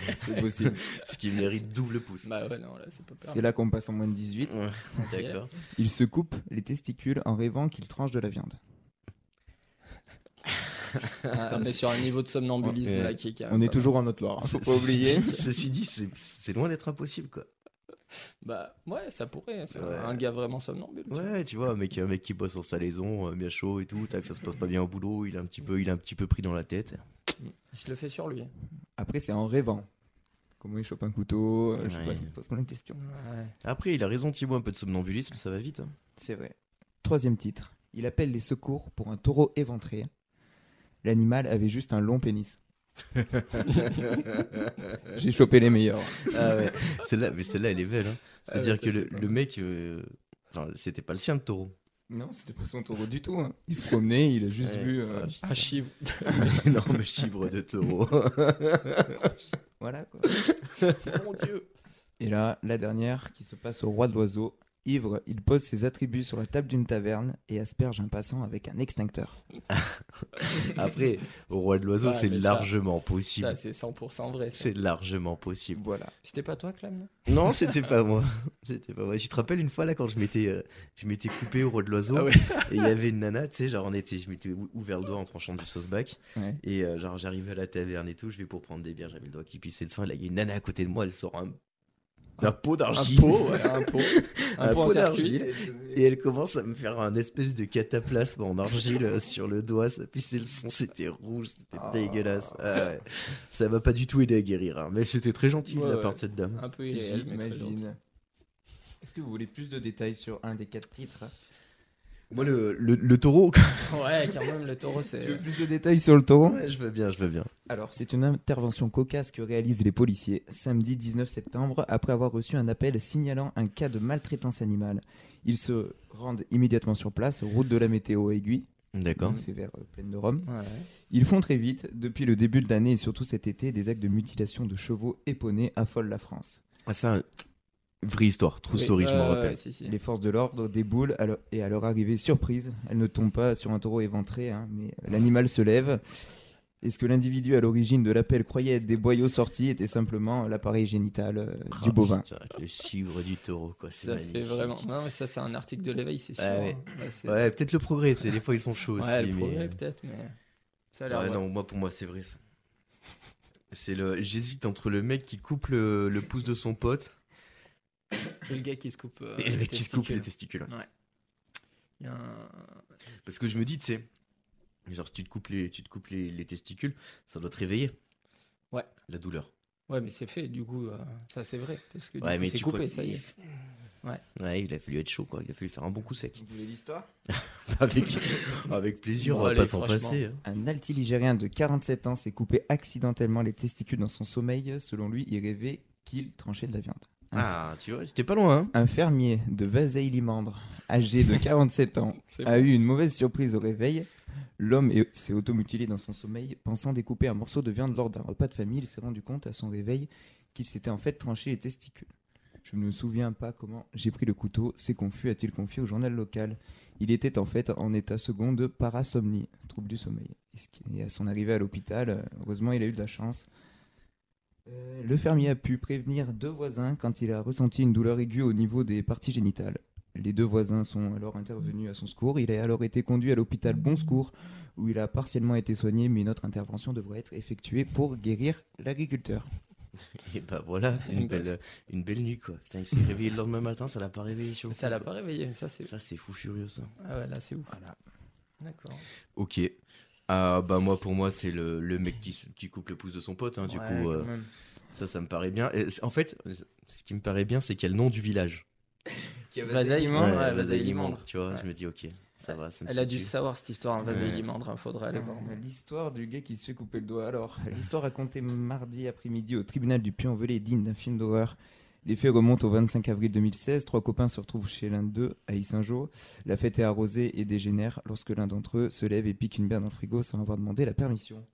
[SPEAKER 3] C'est possible.
[SPEAKER 1] Ce qui mérite double pouce.
[SPEAKER 2] Bah ouais, non, là, c'est pas
[SPEAKER 3] C'est
[SPEAKER 2] permis.
[SPEAKER 3] là qu'on passe en moins de 18.
[SPEAKER 1] Ouais, D'accord.
[SPEAKER 3] Il se coupe les testicules en rêvant qu'il tranche de la viande.
[SPEAKER 2] Ah, on est sur un niveau de somnambulisme,
[SPEAKER 1] Ouais.
[SPEAKER 2] là, qui est carrément
[SPEAKER 3] On est
[SPEAKER 2] pas
[SPEAKER 3] toujours en Haute-Loire, hein, faut
[SPEAKER 1] Ce-
[SPEAKER 3] pas oublier.
[SPEAKER 1] Ceci dit, c'est c'est loin d'être impossible quoi.
[SPEAKER 2] Bah ouais, ça pourrait. c'est
[SPEAKER 1] Ouais.
[SPEAKER 2] Un gars vraiment somnambule. tu vois.
[SPEAKER 1] Ouais, tu vois, un mec, un mec qui bosse en salaison, euh, bien chaud et tout, tac, ça se passe pas bien au boulot, il est un petit peu, il est un petit peu pris dans la tête.
[SPEAKER 2] Il se le fait sur lui.
[SPEAKER 3] Après, c'est en rêvant. Comment il chope un couteau euh, je sais pas,
[SPEAKER 1] Ouais.
[SPEAKER 3] je me pose plein de questions.
[SPEAKER 2] Ouais.
[SPEAKER 1] Après, il a raison, Thibaut, un peu de somnambulisme, ça va vite. hein.
[SPEAKER 3] C'est vrai. Troisième titre. Il appelle les secours pour un taureau éventré. L'animal avait juste un long pénis. J'ai chopé les meilleurs.
[SPEAKER 1] Ah ouais. celle-là, mais celle-là, elle est belle. hein.
[SPEAKER 3] Ah
[SPEAKER 1] C'est-à-dire
[SPEAKER 3] ouais,
[SPEAKER 1] que le,
[SPEAKER 3] c'est-
[SPEAKER 1] le mec, euh, enfin, c'était pas le sien de taureau.
[SPEAKER 3] Non, c'était pas son taureau du tout. hein. Il se promenait, il a juste
[SPEAKER 1] Ouais.
[SPEAKER 3] vu. euh,
[SPEAKER 1] Ah,
[SPEAKER 2] Ah, chibre.
[SPEAKER 1] putain, énorme chibre de taureau.
[SPEAKER 3] voilà quoi.
[SPEAKER 2] Mon dieu.
[SPEAKER 3] Et là, la dernière qui se passe au roi de l'oiseau. Ivre, il pose ses attributs sur la table d'une taverne et asperge un passant avec un extincteur.
[SPEAKER 1] Après, au roi de l'oiseau,
[SPEAKER 2] Ouais,
[SPEAKER 1] c'est
[SPEAKER 2] mais ça-
[SPEAKER 1] largement
[SPEAKER 2] Ça,
[SPEAKER 1] possible.
[SPEAKER 2] c'est 100% vrai. ça.
[SPEAKER 1] C'est largement possible.
[SPEAKER 3] Voilà.
[SPEAKER 2] C'était pas toi, Clam non
[SPEAKER 1] Non, c'était pas moi. C'était pas moi. Tu te rappelles une fois là quand je m'étais, euh, je m'étais coupé au roi de l'oiseau
[SPEAKER 2] Ah ouais.
[SPEAKER 1] et il y avait une nana, tu sais, genre on était, je m'étais ou- ouvert le doigt en tranchant du sauce bac
[SPEAKER 3] Ouais.
[SPEAKER 1] et euh, genre j'arrivais à la taverne et tout, je vais pour prendre des bières, j'avais le doigt qui pissait le sang, et là il y a une nana à côté de moi, elle sort un, un pot d'argile.
[SPEAKER 2] ouais, un pot. Un,
[SPEAKER 1] Un
[SPEAKER 2] pot,
[SPEAKER 1] pot
[SPEAKER 2] d'argile.
[SPEAKER 1] d'argile. Et elle commence à me faire un espèce de cataplasme en argile euh, sur le doigt, ça pissait le sang, c'était rouge, c'était
[SPEAKER 3] Ah.
[SPEAKER 1] dégueulasse. Ah ouais. Ça m'a pas du tout aidé à guérir, hein, mais c'était très gentil de
[SPEAKER 2] Ouais,
[SPEAKER 1] la
[SPEAKER 2] ouais.
[SPEAKER 1] part de cette dame.
[SPEAKER 2] Un peu irréel, mais très gentil.
[SPEAKER 3] J'imagine. Est-ce que vous voulez plus de détails sur un des quatre titres
[SPEAKER 1] Moi le, le, le taureau,
[SPEAKER 2] Ouais, quand même, le taureau,
[SPEAKER 3] Tu veux
[SPEAKER 2] c'est.
[SPEAKER 3] plus de détails sur le taureau
[SPEAKER 1] Ouais, je veux bien, je veux bien.
[SPEAKER 3] Alors, c'est une intervention cocasse que réalisent les policiers samedi 19 septembre après avoir reçu un appel signalant un cas de maltraitance animale. Ils se rendent immédiatement sur place, route de la météo aiguille,
[SPEAKER 1] D'accord.
[SPEAKER 3] donc c'est vers euh, Plaine de Rome.
[SPEAKER 2] Ouais.
[SPEAKER 3] Ils font très vite, depuis le début de l'année et surtout cet été, des actes de mutilation de chevaux et poneys affolent la France.
[SPEAKER 1] Ah, ça, euh, vraie histoire, true
[SPEAKER 2] Oui,
[SPEAKER 1] story, je
[SPEAKER 2] ouais,
[SPEAKER 1] m'en
[SPEAKER 2] ouais,
[SPEAKER 1] rappelle.
[SPEAKER 2] si, si.
[SPEAKER 3] Les forces de l'ordre déboulent à leur- et à leur arrivée surprise, elles ne tombent pas sur un taureau éventré, hein, mais l'animal se lève. Et ce que l'individu à l'origine de l'appel croyait être des boyaux sortis était simplement l'appareil génital euh,
[SPEAKER 1] Ah,
[SPEAKER 3] du bovin.
[SPEAKER 1] putain, le chibre du taureau, quoi. c'est
[SPEAKER 2] Ça
[SPEAKER 1] magnifique.
[SPEAKER 2] fait vraiment. Non, mais ça, c'est un article de l'éveil, c'est sûr.
[SPEAKER 1] Ouais,
[SPEAKER 2] hein. Ouais, c'est-
[SPEAKER 1] Ouais, peut-être le progrès, tu sais, des fois ils sont chauds
[SPEAKER 2] Ouais,
[SPEAKER 1] aussi.
[SPEAKER 2] le
[SPEAKER 1] mais- euh,
[SPEAKER 2] progrès, peut-être, mais. Ça a l'air.
[SPEAKER 1] Ouais,
[SPEAKER 2] ouais.
[SPEAKER 1] Non, moi pour moi c'est vrai ça. C'est le... J'hésite entre le mec qui coupe le, le pouce de son pote
[SPEAKER 2] Et le gars qui se coupe. euh,
[SPEAKER 1] et le mec qui se coupe les
[SPEAKER 2] testicules.
[SPEAKER 1] testicules.
[SPEAKER 2] Il y a un-
[SPEAKER 1] Parce que je me dis, tu sais, genre si tu te coupes les, tu te coupes les, les testicules, ça doit te réveiller.
[SPEAKER 2] Ouais.
[SPEAKER 1] La douleur.
[SPEAKER 2] Ouais, mais c'est fait, du coup, euh, ça c'est vrai. Parce que du
[SPEAKER 1] ouais,
[SPEAKER 2] coup,
[SPEAKER 1] mais
[SPEAKER 2] c'est
[SPEAKER 1] tu
[SPEAKER 2] coupé,
[SPEAKER 1] crois
[SPEAKER 2] ça y est. Ouais.
[SPEAKER 1] Ouais, il a fallu être chaud quoi, il a fallu faire un bon coup sec.
[SPEAKER 3] Vous voulez l'histoire
[SPEAKER 1] Avec, avec plaisir,
[SPEAKER 2] Bon,
[SPEAKER 1] on va
[SPEAKER 2] allez,
[SPEAKER 1] pas s'en
[SPEAKER 2] franchement.
[SPEAKER 1] passer. hein.
[SPEAKER 3] Un altiligérien de 47 ans s'est coupé accidentellement les testicules dans son sommeil. Selon lui, il rêvait qu'il tranchait de la viande. Un,
[SPEAKER 1] Ah, tu vois, j'étais pas loin. Hein.
[SPEAKER 3] un fermier de Vazeillimandre, âgé de 47 ans,
[SPEAKER 2] C'est
[SPEAKER 1] Ah
[SPEAKER 3] a eu une mauvaise surprise au réveil. L'homme est- s'est automutilé dans son sommeil, pensant découper un morceau de viande lors d'un repas de famille. Il s'est rendu compte à son réveil qu'il s'était en fait tranché les testicules. Je ne me souviens pas comment j'ai pris le couteau, c'est confus, a-t-il confié au journal local. Il était en fait en état second de parasomnie, trouble du sommeil. Et ce qui- et à son arrivée à l'hôpital, euh, heureusement, il a eu de la chance. Euh, le fermier a pu prévenir deux voisins quand il a ressenti une douleur aiguë au niveau des parties génitales. Les deux voisins sont alors intervenus à son secours. Il a alors été conduit à l'hôpital Bon Secours, où il a partiellement été soigné, mais une autre intervention devrait être effectuée pour guérir l'agriculteur.
[SPEAKER 1] Et bah voilà, une
[SPEAKER 2] Une bonne-
[SPEAKER 1] belle, une belle nuit quoi. Putain, il s'est réveillé le lendemain matin, ça l'a pas réveillé sur
[SPEAKER 2] bon.
[SPEAKER 1] le
[SPEAKER 2] Ça
[SPEAKER 1] coup,
[SPEAKER 2] l'a
[SPEAKER 1] quoi.
[SPEAKER 2] pas réveillé, mais ça c'est.
[SPEAKER 1] Ça c'est fou furieux ça.
[SPEAKER 2] Ah ouais, là c'est ouf.
[SPEAKER 3] Voilà.
[SPEAKER 2] D'accord.
[SPEAKER 1] Ok. Ah bah moi pour moi c'est le, le mec qui, s- qui coupe le pouce de son pote hein, du
[SPEAKER 2] Ouais,
[SPEAKER 1] coup
[SPEAKER 2] quand
[SPEAKER 1] euh,
[SPEAKER 2] même.
[SPEAKER 1] ça ça me paraît bien. Et c'est- en fait ce qui me paraît bien c'est qu'il y a le nom du village.
[SPEAKER 2] Vazaïlimandre, ouais, Vazaïlimandre.
[SPEAKER 1] Tu vois je
[SPEAKER 2] Ouais.
[SPEAKER 1] me dis ok ça va. Ça me
[SPEAKER 2] Elle a
[SPEAKER 1] situe.
[SPEAKER 2] dû savoir cette histoire, hein, vas-y,
[SPEAKER 1] Ouais.
[SPEAKER 2] Limandre, hein, faudrait aller voir.
[SPEAKER 3] Euh, L'histoire du gars qui se fait couper le doigt. Alors, l'histoire racontée mardi après-midi au tribunal du Puy-en-Velay est digne d'un film d'horreur. Les faits remontent au 25 avril 2016. Trois copains se retrouvent chez l'un d'eux à Issingeau. La fête est arrosée et dégénère lorsque l'un d'entre eux se lève et pique une bière dans le frigo sans avoir demandé la permission.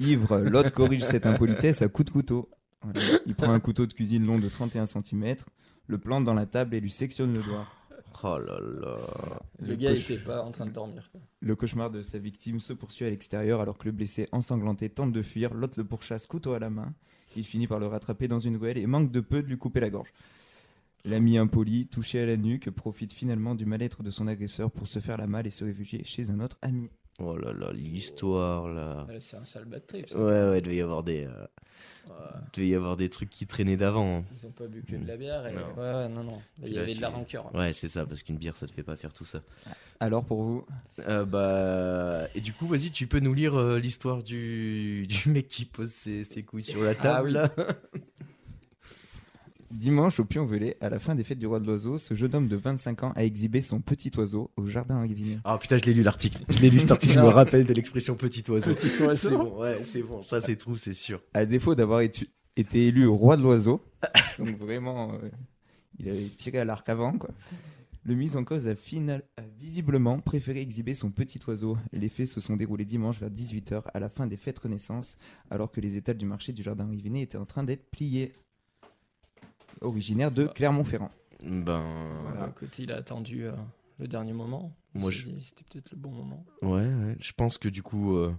[SPEAKER 3] Ivre, l'autre corrige cette impolitesse à coups de couteau. Voilà. Il prend un couteau de cuisine long de 31 cm, le plante dans la table et lui sectionne le doigt.
[SPEAKER 1] Oh là là.
[SPEAKER 2] Le,
[SPEAKER 3] Le
[SPEAKER 2] gars
[SPEAKER 3] coche-
[SPEAKER 2] était pas en train de dormir. quoi.
[SPEAKER 3] Le cauchemar de sa victime se poursuit à l'extérieur alors que le blessé ensanglanté tente de fuir, l'autre le pourchasse couteau à la main. Il finit par le rattraper dans une ruelle et manque de peu de lui couper la gorge. L'ami impoli, touché à la nuque, profite finalement du mal-être de son agresseur pour se faire la malle et se réfugier chez un autre ami.
[SPEAKER 1] Oh là là l'histoire là.
[SPEAKER 2] Ah, là, c'est un sale bad trip. ça.
[SPEAKER 1] Ouais ouais il devait y avoir des euh,
[SPEAKER 2] Ouais.
[SPEAKER 1] il devait y avoir des trucs qui traînaient d'avant. hein.
[SPEAKER 2] Ils ont pas bu que de la bière. Et...
[SPEAKER 1] Non.
[SPEAKER 2] Ouais, ouais, non, non. Là, Il y
[SPEAKER 1] Là,
[SPEAKER 2] avait
[SPEAKER 1] tu-
[SPEAKER 2] de la rancœur. hein.
[SPEAKER 1] Ouais c'est ça parce qu'une bière ça te fait pas faire tout ça.
[SPEAKER 3] Alors pour vous,
[SPEAKER 1] Euh, bah et du coup vas-y tu peux nous lire euh, l'histoire du... du mec qui pose ses, ses couilles sur la
[SPEAKER 2] Ah
[SPEAKER 1] table.
[SPEAKER 2] oui.
[SPEAKER 1] là
[SPEAKER 3] Dimanche, au Puy-en-Velay, à la fin des fêtes du roi de l'oiseau, ce jeune homme de 25 ans a exhibé son petit oiseau au jardin Rivière.
[SPEAKER 1] Ah putain, je l'ai lu l'article. Je l'ai lu cet article, je me rappelle de l'expression petit oiseau.
[SPEAKER 2] Petit
[SPEAKER 1] C'est
[SPEAKER 2] oiseau.
[SPEAKER 1] bon, ouais, c'est bon. Ça, c'est true, c'est sûr.
[SPEAKER 3] À défaut d'avoir étu- été élu roi de l'oiseau, donc vraiment, euh, il avait tiré à l'arc avant, quoi. Le mise en cause a, final- a visiblement préféré exhiber son petit oiseau. Les faits se sont déroulés dimanche vers 18h à la fin des fêtes Renaissance, alors que les étals du marché du jardin Rivinet étaient en train d'être pliés. Originaire
[SPEAKER 1] Bah.
[SPEAKER 3] de Clermont-Ferrand.
[SPEAKER 1] Ben.
[SPEAKER 2] Voilà, côté, il a attendu euh, le dernier moment. Il
[SPEAKER 1] Moi,
[SPEAKER 2] s'est
[SPEAKER 1] je-
[SPEAKER 2] dit, C'était peut-être le bon moment.
[SPEAKER 1] Ouais, ouais. Je pense que du coup, euh,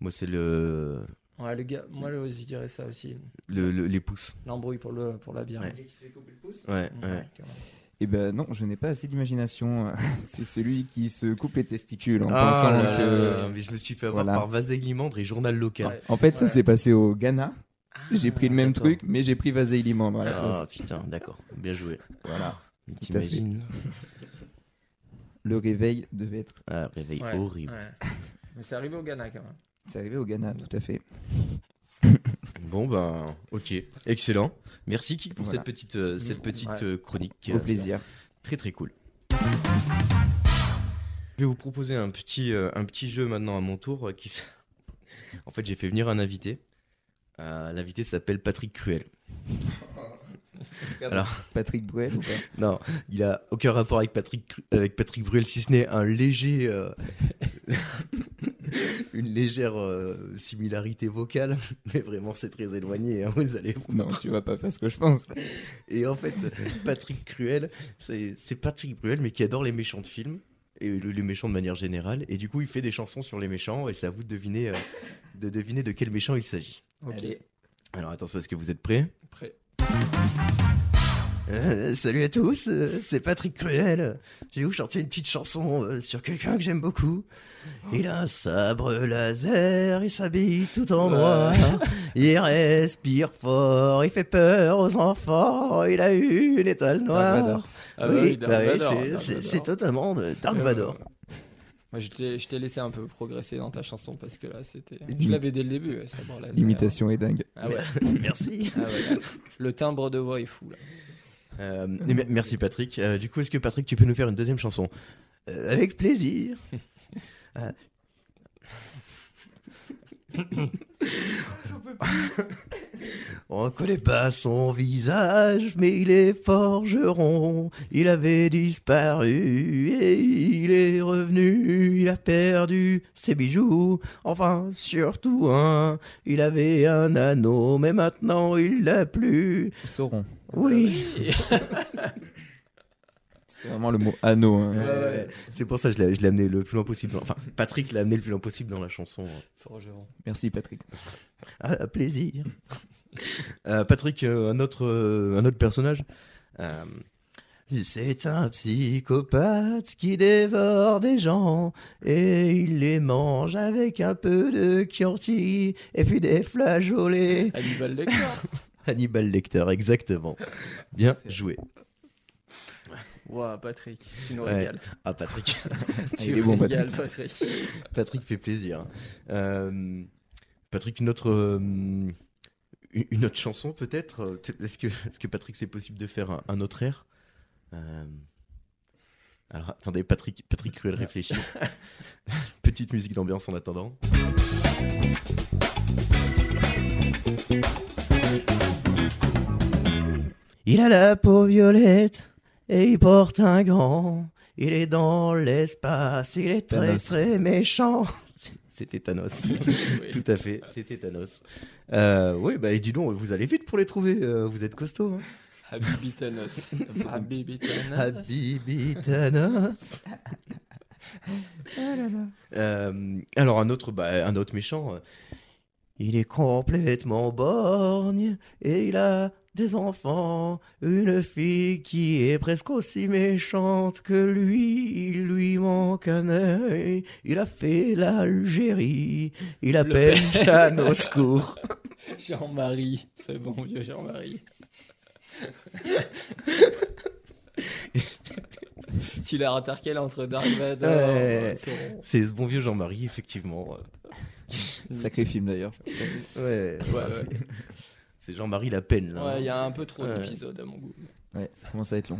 [SPEAKER 1] moi, c'est le,
[SPEAKER 2] Ouais, le gars, moi, le- je dirais ça aussi.
[SPEAKER 1] le, le- les pouces.
[SPEAKER 2] L'embrouille pour, le, pour la bière.
[SPEAKER 1] Ouais. Ouais,
[SPEAKER 2] Ouais,
[SPEAKER 1] ouais.
[SPEAKER 2] clairement.
[SPEAKER 3] Eh ben non, je n'ai pas assez d'imagination. C'est celui qui se coupe les testicules en
[SPEAKER 1] Ah
[SPEAKER 3] pensant
[SPEAKER 1] là
[SPEAKER 3] que.
[SPEAKER 1] là, mais je me suis fait avoir
[SPEAKER 3] voilà.
[SPEAKER 1] par Vaseil Limandre et Journal Local.
[SPEAKER 2] Ouais.
[SPEAKER 3] En fait, ça
[SPEAKER 2] Ouais.
[SPEAKER 3] s'est passé au Ghana. J'ai pris le même
[SPEAKER 1] d'accord.
[SPEAKER 3] truc, mais j'ai pris Vaseil Limandre. à la place.
[SPEAKER 1] Ah putain, d'accord, bien joué.
[SPEAKER 3] Voilà.
[SPEAKER 1] T'imagines
[SPEAKER 3] Le réveil devait être.
[SPEAKER 1] Ah, réveil
[SPEAKER 2] Ouais,
[SPEAKER 1] horrible.
[SPEAKER 2] ouais. Mais c'est arrivé au Ghana quand même.
[SPEAKER 3] C'est arrivé au Ghana, tout à fait.
[SPEAKER 1] Bon ben, ok, excellent. Merci Kik pour
[SPEAKER 3] Voilà.
[SPEAKER 1] cette petite, euh, cette
[SPEAKER 2] Mm,
[SPEAKER 1] petite
[SPEAKER 2] ouais.
[SPEAKER 1] euh, chronique.
[SPEAKER 3] Au
[SPEAKER 1] euh,
[SPEAKER 3] plaisir.
[SPEAKER 1] Très très cool. Je vais vous proposer un petit, euh, un petit jeu maintenant à mon tour. euh, qui... s- en fait, j'ai fait venir un invité. Euh, L'invité s'appelle Patrick Cruel.
[SPEAKER 3] Patrick Bruel ou pas
[SPEAKER 1] Non, il a aucun rapport avec Patrick, Cru- euh, avec Patrick Bruel, si ce n'est un léger, euh, une légère euh, similarité vocale, mais vraiment c'est très éloigné. hein, vous allez.
[SPEAKER 3] Non, tu vas pas faire ce que je pense.
[SPEAKER 1] Et en fait, Patrick Cruel, c'est c'est Patrick Bruel, mais qui adore les méchants de films et le- les méchants de manière générale. Et du coup, il fait des chansons sur les méchants, et c'est à vous de deviner, euh, de deviner de quel méchant il s'agit.
[SPEAKER 2] Ok,
[SPEAKER 3] Allez.
[SPEAKER 1] Alors attention, est-ce que vous êtes prêts
[SPEAKER 2] prêt.
[SPEAKER 1] Euh, salut à tous, euh, c'est Patrick Cruel. Je vais vous chanter une petite chanson euh, sur quelqu'un que j'aime beaucoup. Il a un sabre laser, il s'habille tout en noir. Il respire fort, il fait peur aux enfants. Il a une étoile
[SPEAKER 3] Dark
[SPEAKER 1] noire.
[SPEAKER 3] Vador.
[SPEAKER 2] Ah bah
[SPEAKER 1] oui,
[SPEAKER 2] Dark
[SPEAKER 1] bah oui,
[SPEAKER 2] Vador,
[SPEAKER 1] c'est-
[SPEAKER 2] Dark
[SPEAKER 1] c'est
[SPEAKER 2] Vador.
[SPEAKER 1] c'est totalement de Dark
[SPEAKER 2] Euh,
[SPEAKER 1] Vador.
[SPEAKER 2] Moi, je t'ai je t'ai laissé un peu progresser dans ta chanson parce que là, c'était. Je
[SPEAKER 3] L'imi-
[SPEAKER 2] l'avais dès le début, ouais, ça bon, là, ça-
[SPEAKER 3] L'imitation est dingue.
[SPEAKER 2] Ah ouais.
[SPEAKER 1] Merci.
[SPEAKER 2] Ah ouais, là, le timbre de voix est fou là.
[SPEAKER 1] Euh, et me- merci Patrick. Euh, du coup, est-ce que Patrick, tu peux nous faire une deuxième chanson Euh, Avec plaisir. Euh. On connaît pas son visage, mais il est forgeron. Il avait disparu et il est revenu. Il a perdu ses bijoux, enfin surtout un. Il avait un anneau, mais maintenant il l'a plus.
[SPEAKER 3] Sauron.
[SPEAKER 1] Oui.
[SPEAKER 3] C'était vraiment le mot anneau. hein.
[SPEAKER 1] Ouais, ouais. Euh, C'est pour ça que je l'ai, je l'ai amené le plus loin possible. dans- Enfin, Patrick l'a amené le plus loin possible dans la chanson.
[SPEAKER 2] Forgeron.
[SPEAKER 3] Merci Patrick.
[SPEAKER 1] Ah, plaisir. Euh, Patrick, euh, un, autre, euh, un autre personnage. Euh, c'est un psychopathe qui dévore des gens et il les mange avec un peu de Chianti et puis des flageolets.
[SPEAKER 2] Hannibal Lecter.
[SPEAKER 1] Hannibal Lecter, exactement. Bien joué.
[SPEAKER 2] Waouh, Patrick, tu nous
[SPEAKER 1] Ouais.
[SPEAKER 2] régales.
[SPEAKER 1] Ah, Patrick.
[SPEAKER 2] Tu
[SPEAKER 3] il est bon,
[SPEAKER 2] nous régales, Patrick.
[SPEAKER 1] Patrick fait plaisir. hein. Euh, Patrick, une autre, euh, une autre chanson peut-être Est-ce que, est que Patrick, c'est possible de faire un, un autre air Euh, Alors attendez, Patrick, Patrick Cruel réfléchit. Petite musique d'ambiance en attendant. Il a la peau violette et il porte un gant. Il est dans l'espace, il est très
[SPEAKER 3] Thanos.
[SPEAKER 1] très méchant. C'était Thanos.
[SPEAKER 2] Oui.
[SPEAKER 1] Tout à fait, c'était Thanos. Euh, oui, bah et dis donc, vous allez vite pour les trouver, euh, vous êtes costaud. Hein.
[SPEAKER 2] Habibi Thanos. Habibi Thanos.
[SPEAKER 1] Habibi Thanos. Euh, alors un autre, bah, un autre méchant. euh, Il est complètement borgne et il a des enfants. Une fille qui est presque aussi méchante que lui. Il lui manque un œil. Il a fait l'Algérie. Il appelle Jeanne au secours.
[SPEAKER 2] Jean-Marie, c'est bon vieux Jean-Marie. tu l'as intercalé entre Dark Vador
[SPEAKER 1] Ouais.
[SPEAKER 2] et Sauron.
[SPEAKER 1] C'est ce bon vieux Jean-Marie, effectivement.
[SPEAKER 3] Sacré film d'ailleurs.
[SPEAKER 1] Ouais,
[SPEAKER 2] Ouais, ouais.
[SPEAKER 1] Ah, c'est- C'est Jean-Marie la peine là. hein.
[SPEAKER 2] Ouais, il y a un peu trop
[SPEAKER 1] Ouais.
[SPEAKER 2] d'épisodes à mon goût.
[SPEAKER 3] Ouais, ça commence à être long.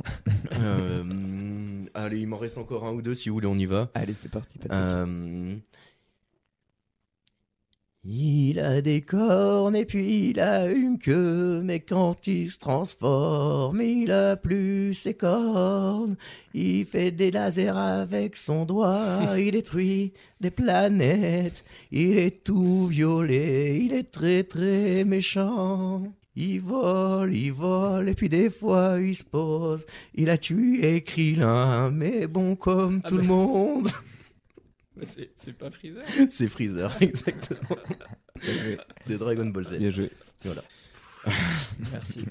[SPEAKER 1] Euh, mm, allez, il m'en reste encore un ou deux si vous voulez, on y va.
[SPEAKER 3] Allez, c'est parti, Patrick.
[SPEAKER 1] Euh, Il a des cornes et puis il a une queue, mais quand il se transforme, il a plus ses cornes. Il fait des lasers avec son doigt, il détruit des planètes, il est tout violet, il est très très méchant. Il vole, il vole, et puis des fois il se pose. Il a tué Krillin, mais bon comme
[SPEAKER 2] Ah
[SPEAKER 1] tout le
[SPEAKER 2] bah.
[SPEAKER 1] monde.
[SPEAKER 2] Mais c'est c'est pas Freezer.
[SPEAKER 1] C'est Freezer, exactement. De Dragon Ball Z.
[SPEAKER 3] Bien joué.
[SPEAKER 2] Merci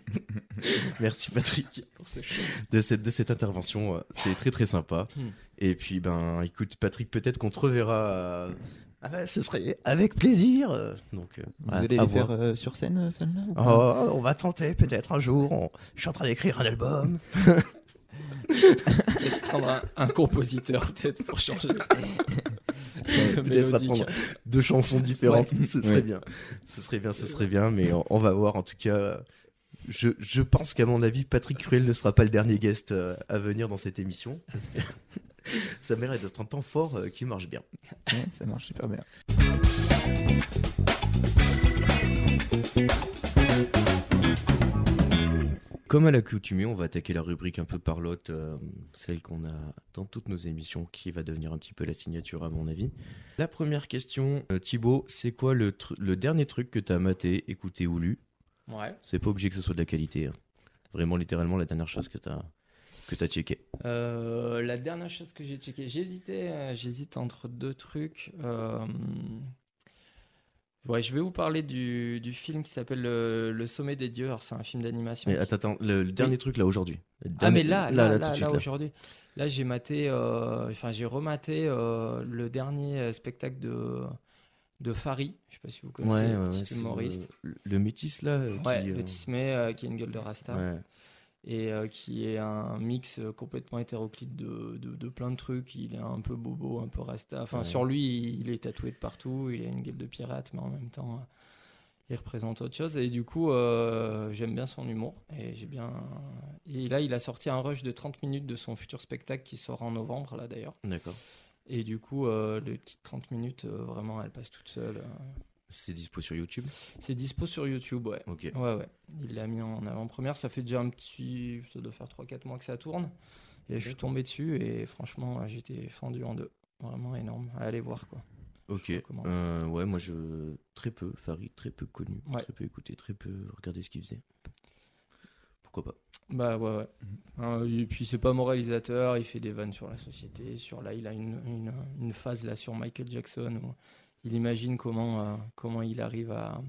[SPEAKER 1] Merci Patrick
[SPEAKER 2] pour ce show.
[SPEAKER 1] de cette, de cette intervention. euh, C'est très très sympa.
[SPEAKER 2] Hmm.
[SPEAKER 1] Et puis, ben, écoute, Patrick, peut-être qu'on te reverra. euh, Ah bah, ce serait avec plaisir. euh, Donc, euh,
[SPEAKER 3] Vous
[SPEAKER 1] à-
[SPEAKER 3] allez
[SPEAKER 1] à
[SPEAKER 3] les
[SPEAKER 1] voir.
[SPEAKER 3] faire euh, sur scène, euh, celle-là ou pas
[SPEAKER 1] Oh, on va tenter peut-être un jour. On- Je suis en train d'écrire un album.
[SPEAKER 2] Peut-être prendre un, un compositeur, peut-être, pour changer.
[SPEAKER 1] Peut-être
[SPEAKER 2] mélodique.
[SPEAKER 1] apprendre deux chansons différentes. Ce serait
[SPEAKER 3] Ouais.
[SPEAKER 1] bien. Ce serait bien, ce serait bien. Mais on, on va voir. En tout cas, je, je pense qu'à mon avis, Patrick Cruel ne sera pas le dernier guest euh, à venir dans cette émission. Parce que ça mérite d'être un temps fort euh, qui marche bien.
[SPEAKER 3] Ouais, ça marche super bien.
[SPEAKER 1] Comme à l'accoutumée, on va attaquer la rubrique un peu parlotte, euh, celle qu'on a dans toutes nos émissions, qui va devenir un petit peu la signature à mon avis. La première question, euh, Thibaut, c'est quoi le, tru- le dernier truc que t'as maté, écouté ou lu
[SPEAKER 2] Ouais.
[SPEAKER 1] C'est pas obligé que ce soit de la qualité. hein. Vraiment, littéralement, la dernière chose que t'as que t'as checké.
[SPEAKER 2] Euh, la dernière chose que j'ai checkée, j'hésitais, euh, j'hésite entre deux trucs. Euh, Ouais, je vais vous parler du, du film qui s'appelle euh, Le Sommet des Dieux. Alors, c'est un film d'animation.
[SPEAKER 1] Mais
[SPEAKER 2] qui-
[SPEAKER 1] attends, attends, le, le dernier truc là aujourd'hui. Le
[SPEAKER 2] Ah
[SPEAKER 1] dernier-
[SPEAKER 2] mais là, là, là,
[SPEAKER 1] tout de
[SPEAKER 2] là,
[SPEAKER 1] suite, là.
[SPEAKER 2] aujourd'hui, là j'ai maté, euh, enfin j'ai rematé euh, le dernier euh, spectacle de de Fari, je sais pas si vous
[SPEAKER 1] Ouais,
[SPEAKER 2] connaissez,
[SPEAKER 1] ouais,
[SPEAKER 2] le
[SPEAKER 1] ouais,
[SPEAKER 2] petit
[SPEAKER 1] c'est
[SPEAKER 2] humoriste,
[SPEAKER 1] Le, le métis là. euh,
[SPEAKER 2] ouais,
[SPEAKER 1] qui, euh,
[SPEAKER 2] le Tismé euh, qui a une gueule de rasta
[SPEAKER 1] ouais.
[SPEAKER 2] et euh, qui est un mix euh, complètement hétéroclite de, de, de plein de trucs. Il est un peu bobo, un peu rasta. Enfin,
[SPEAKER 1] Ouais.
[SPEAKER 2] sur lui, il est tatoué de partout. Il a une gueule de pirate, mais en même temps, euh, il représente autre chose. Et du coup, euh, j'aime bien son humour. Et j'ai bien. Et là, il a sorti un rush de 30 minutes de son futur spectacle qui sort en novembre, là d'ailleurs.
[SPEAKER 1] D'accord.
[SPEAKER 2] Et du coup, euh, les petites 30 minutes, euh, vraiment, elles passent toutes seules.
[SPEAKER 1] C'est dispo sur YouTube.
[SPEAKER 2] C'est dispo sur YouTube, ouais.
[SPEAKER 1] Ok.
[SPEAKER 2] Ouais, ouais. Il l'a mis en avant-première. Ça fait déjà un petit. Ça doit faire 3-4 mois que ça tourne. Et je suis tombé dessus et franchement, ouais, j'étais fendu en deux. Vraiment énorme. À aller voir, quoi.
[SPEAKER 1] Ok.
[SPEAKER 2] Je recommande.
[SPEAKER 1] Euh, ouais, moi je très peu Farid, très peu connu,
[SPEAKER 2] Ouais.
[SPEAKER 1] très peu écouté, très peu regardé ce qu'il faisait. Pourquoi pas
[SPEAKER 2] Bah ouais, ouais. Hein, et puis, c'est pas moralisateur. Il fait des vannes sur la société. Sur là, il a une, une, une phase là sur Michael Jackson où il imagine comment, euh, comment il arrive à,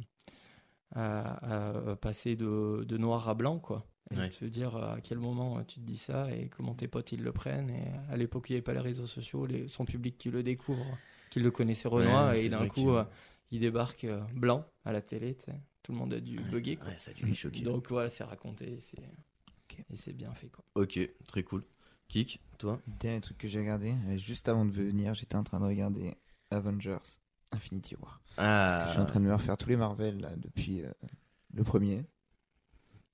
[SPEAKER 2] à, à passer de, de noir à blanc, quoi. Et
[SPEAKER 1] Ouais.
[SPEAKER 2] de se dire euh, à quel moment euh, tu te dis ça et comment tes potes ils le prennent. Et euh, à l'époque, il n'y avait pas les réseaux sociaux, les- son public qui le découvre, qui le connaissait Renoir,
[SPEAKER 1] Ouais, ouais, c'est
[SPEAKER 2] et d'un
[SPEAKER 1] vrai
[SPEAKER 2] coup,
[SPEAKER 1] que-
[SPEAKER 2] euh, il débarque euh, blanc à la télé. tu sais. Tout le monde a dû bugger. Quoi.
[SPEAKER 1] Ouais, ça a dû lui choquer.
[SPEAKER 2] Donc voilà, c'est raconté c'est...
[SPEAKER 3] Ok.
[SPEAKER 2] et c'est bien fait. Quoi.
[SPEAKER 1] Ok, très cool. Kik, toi
[SPEAKER 3] Le dernier truc que j'ai regardé, euh, juste avant de venir, j'étais en train de regarder Avengers Infinity War. Parce que je suis en
[SPEAKER 1] Euh, Ah,
[SPEAKER 3] train de me refaire tous les Marvel là, depuis euh, le premier.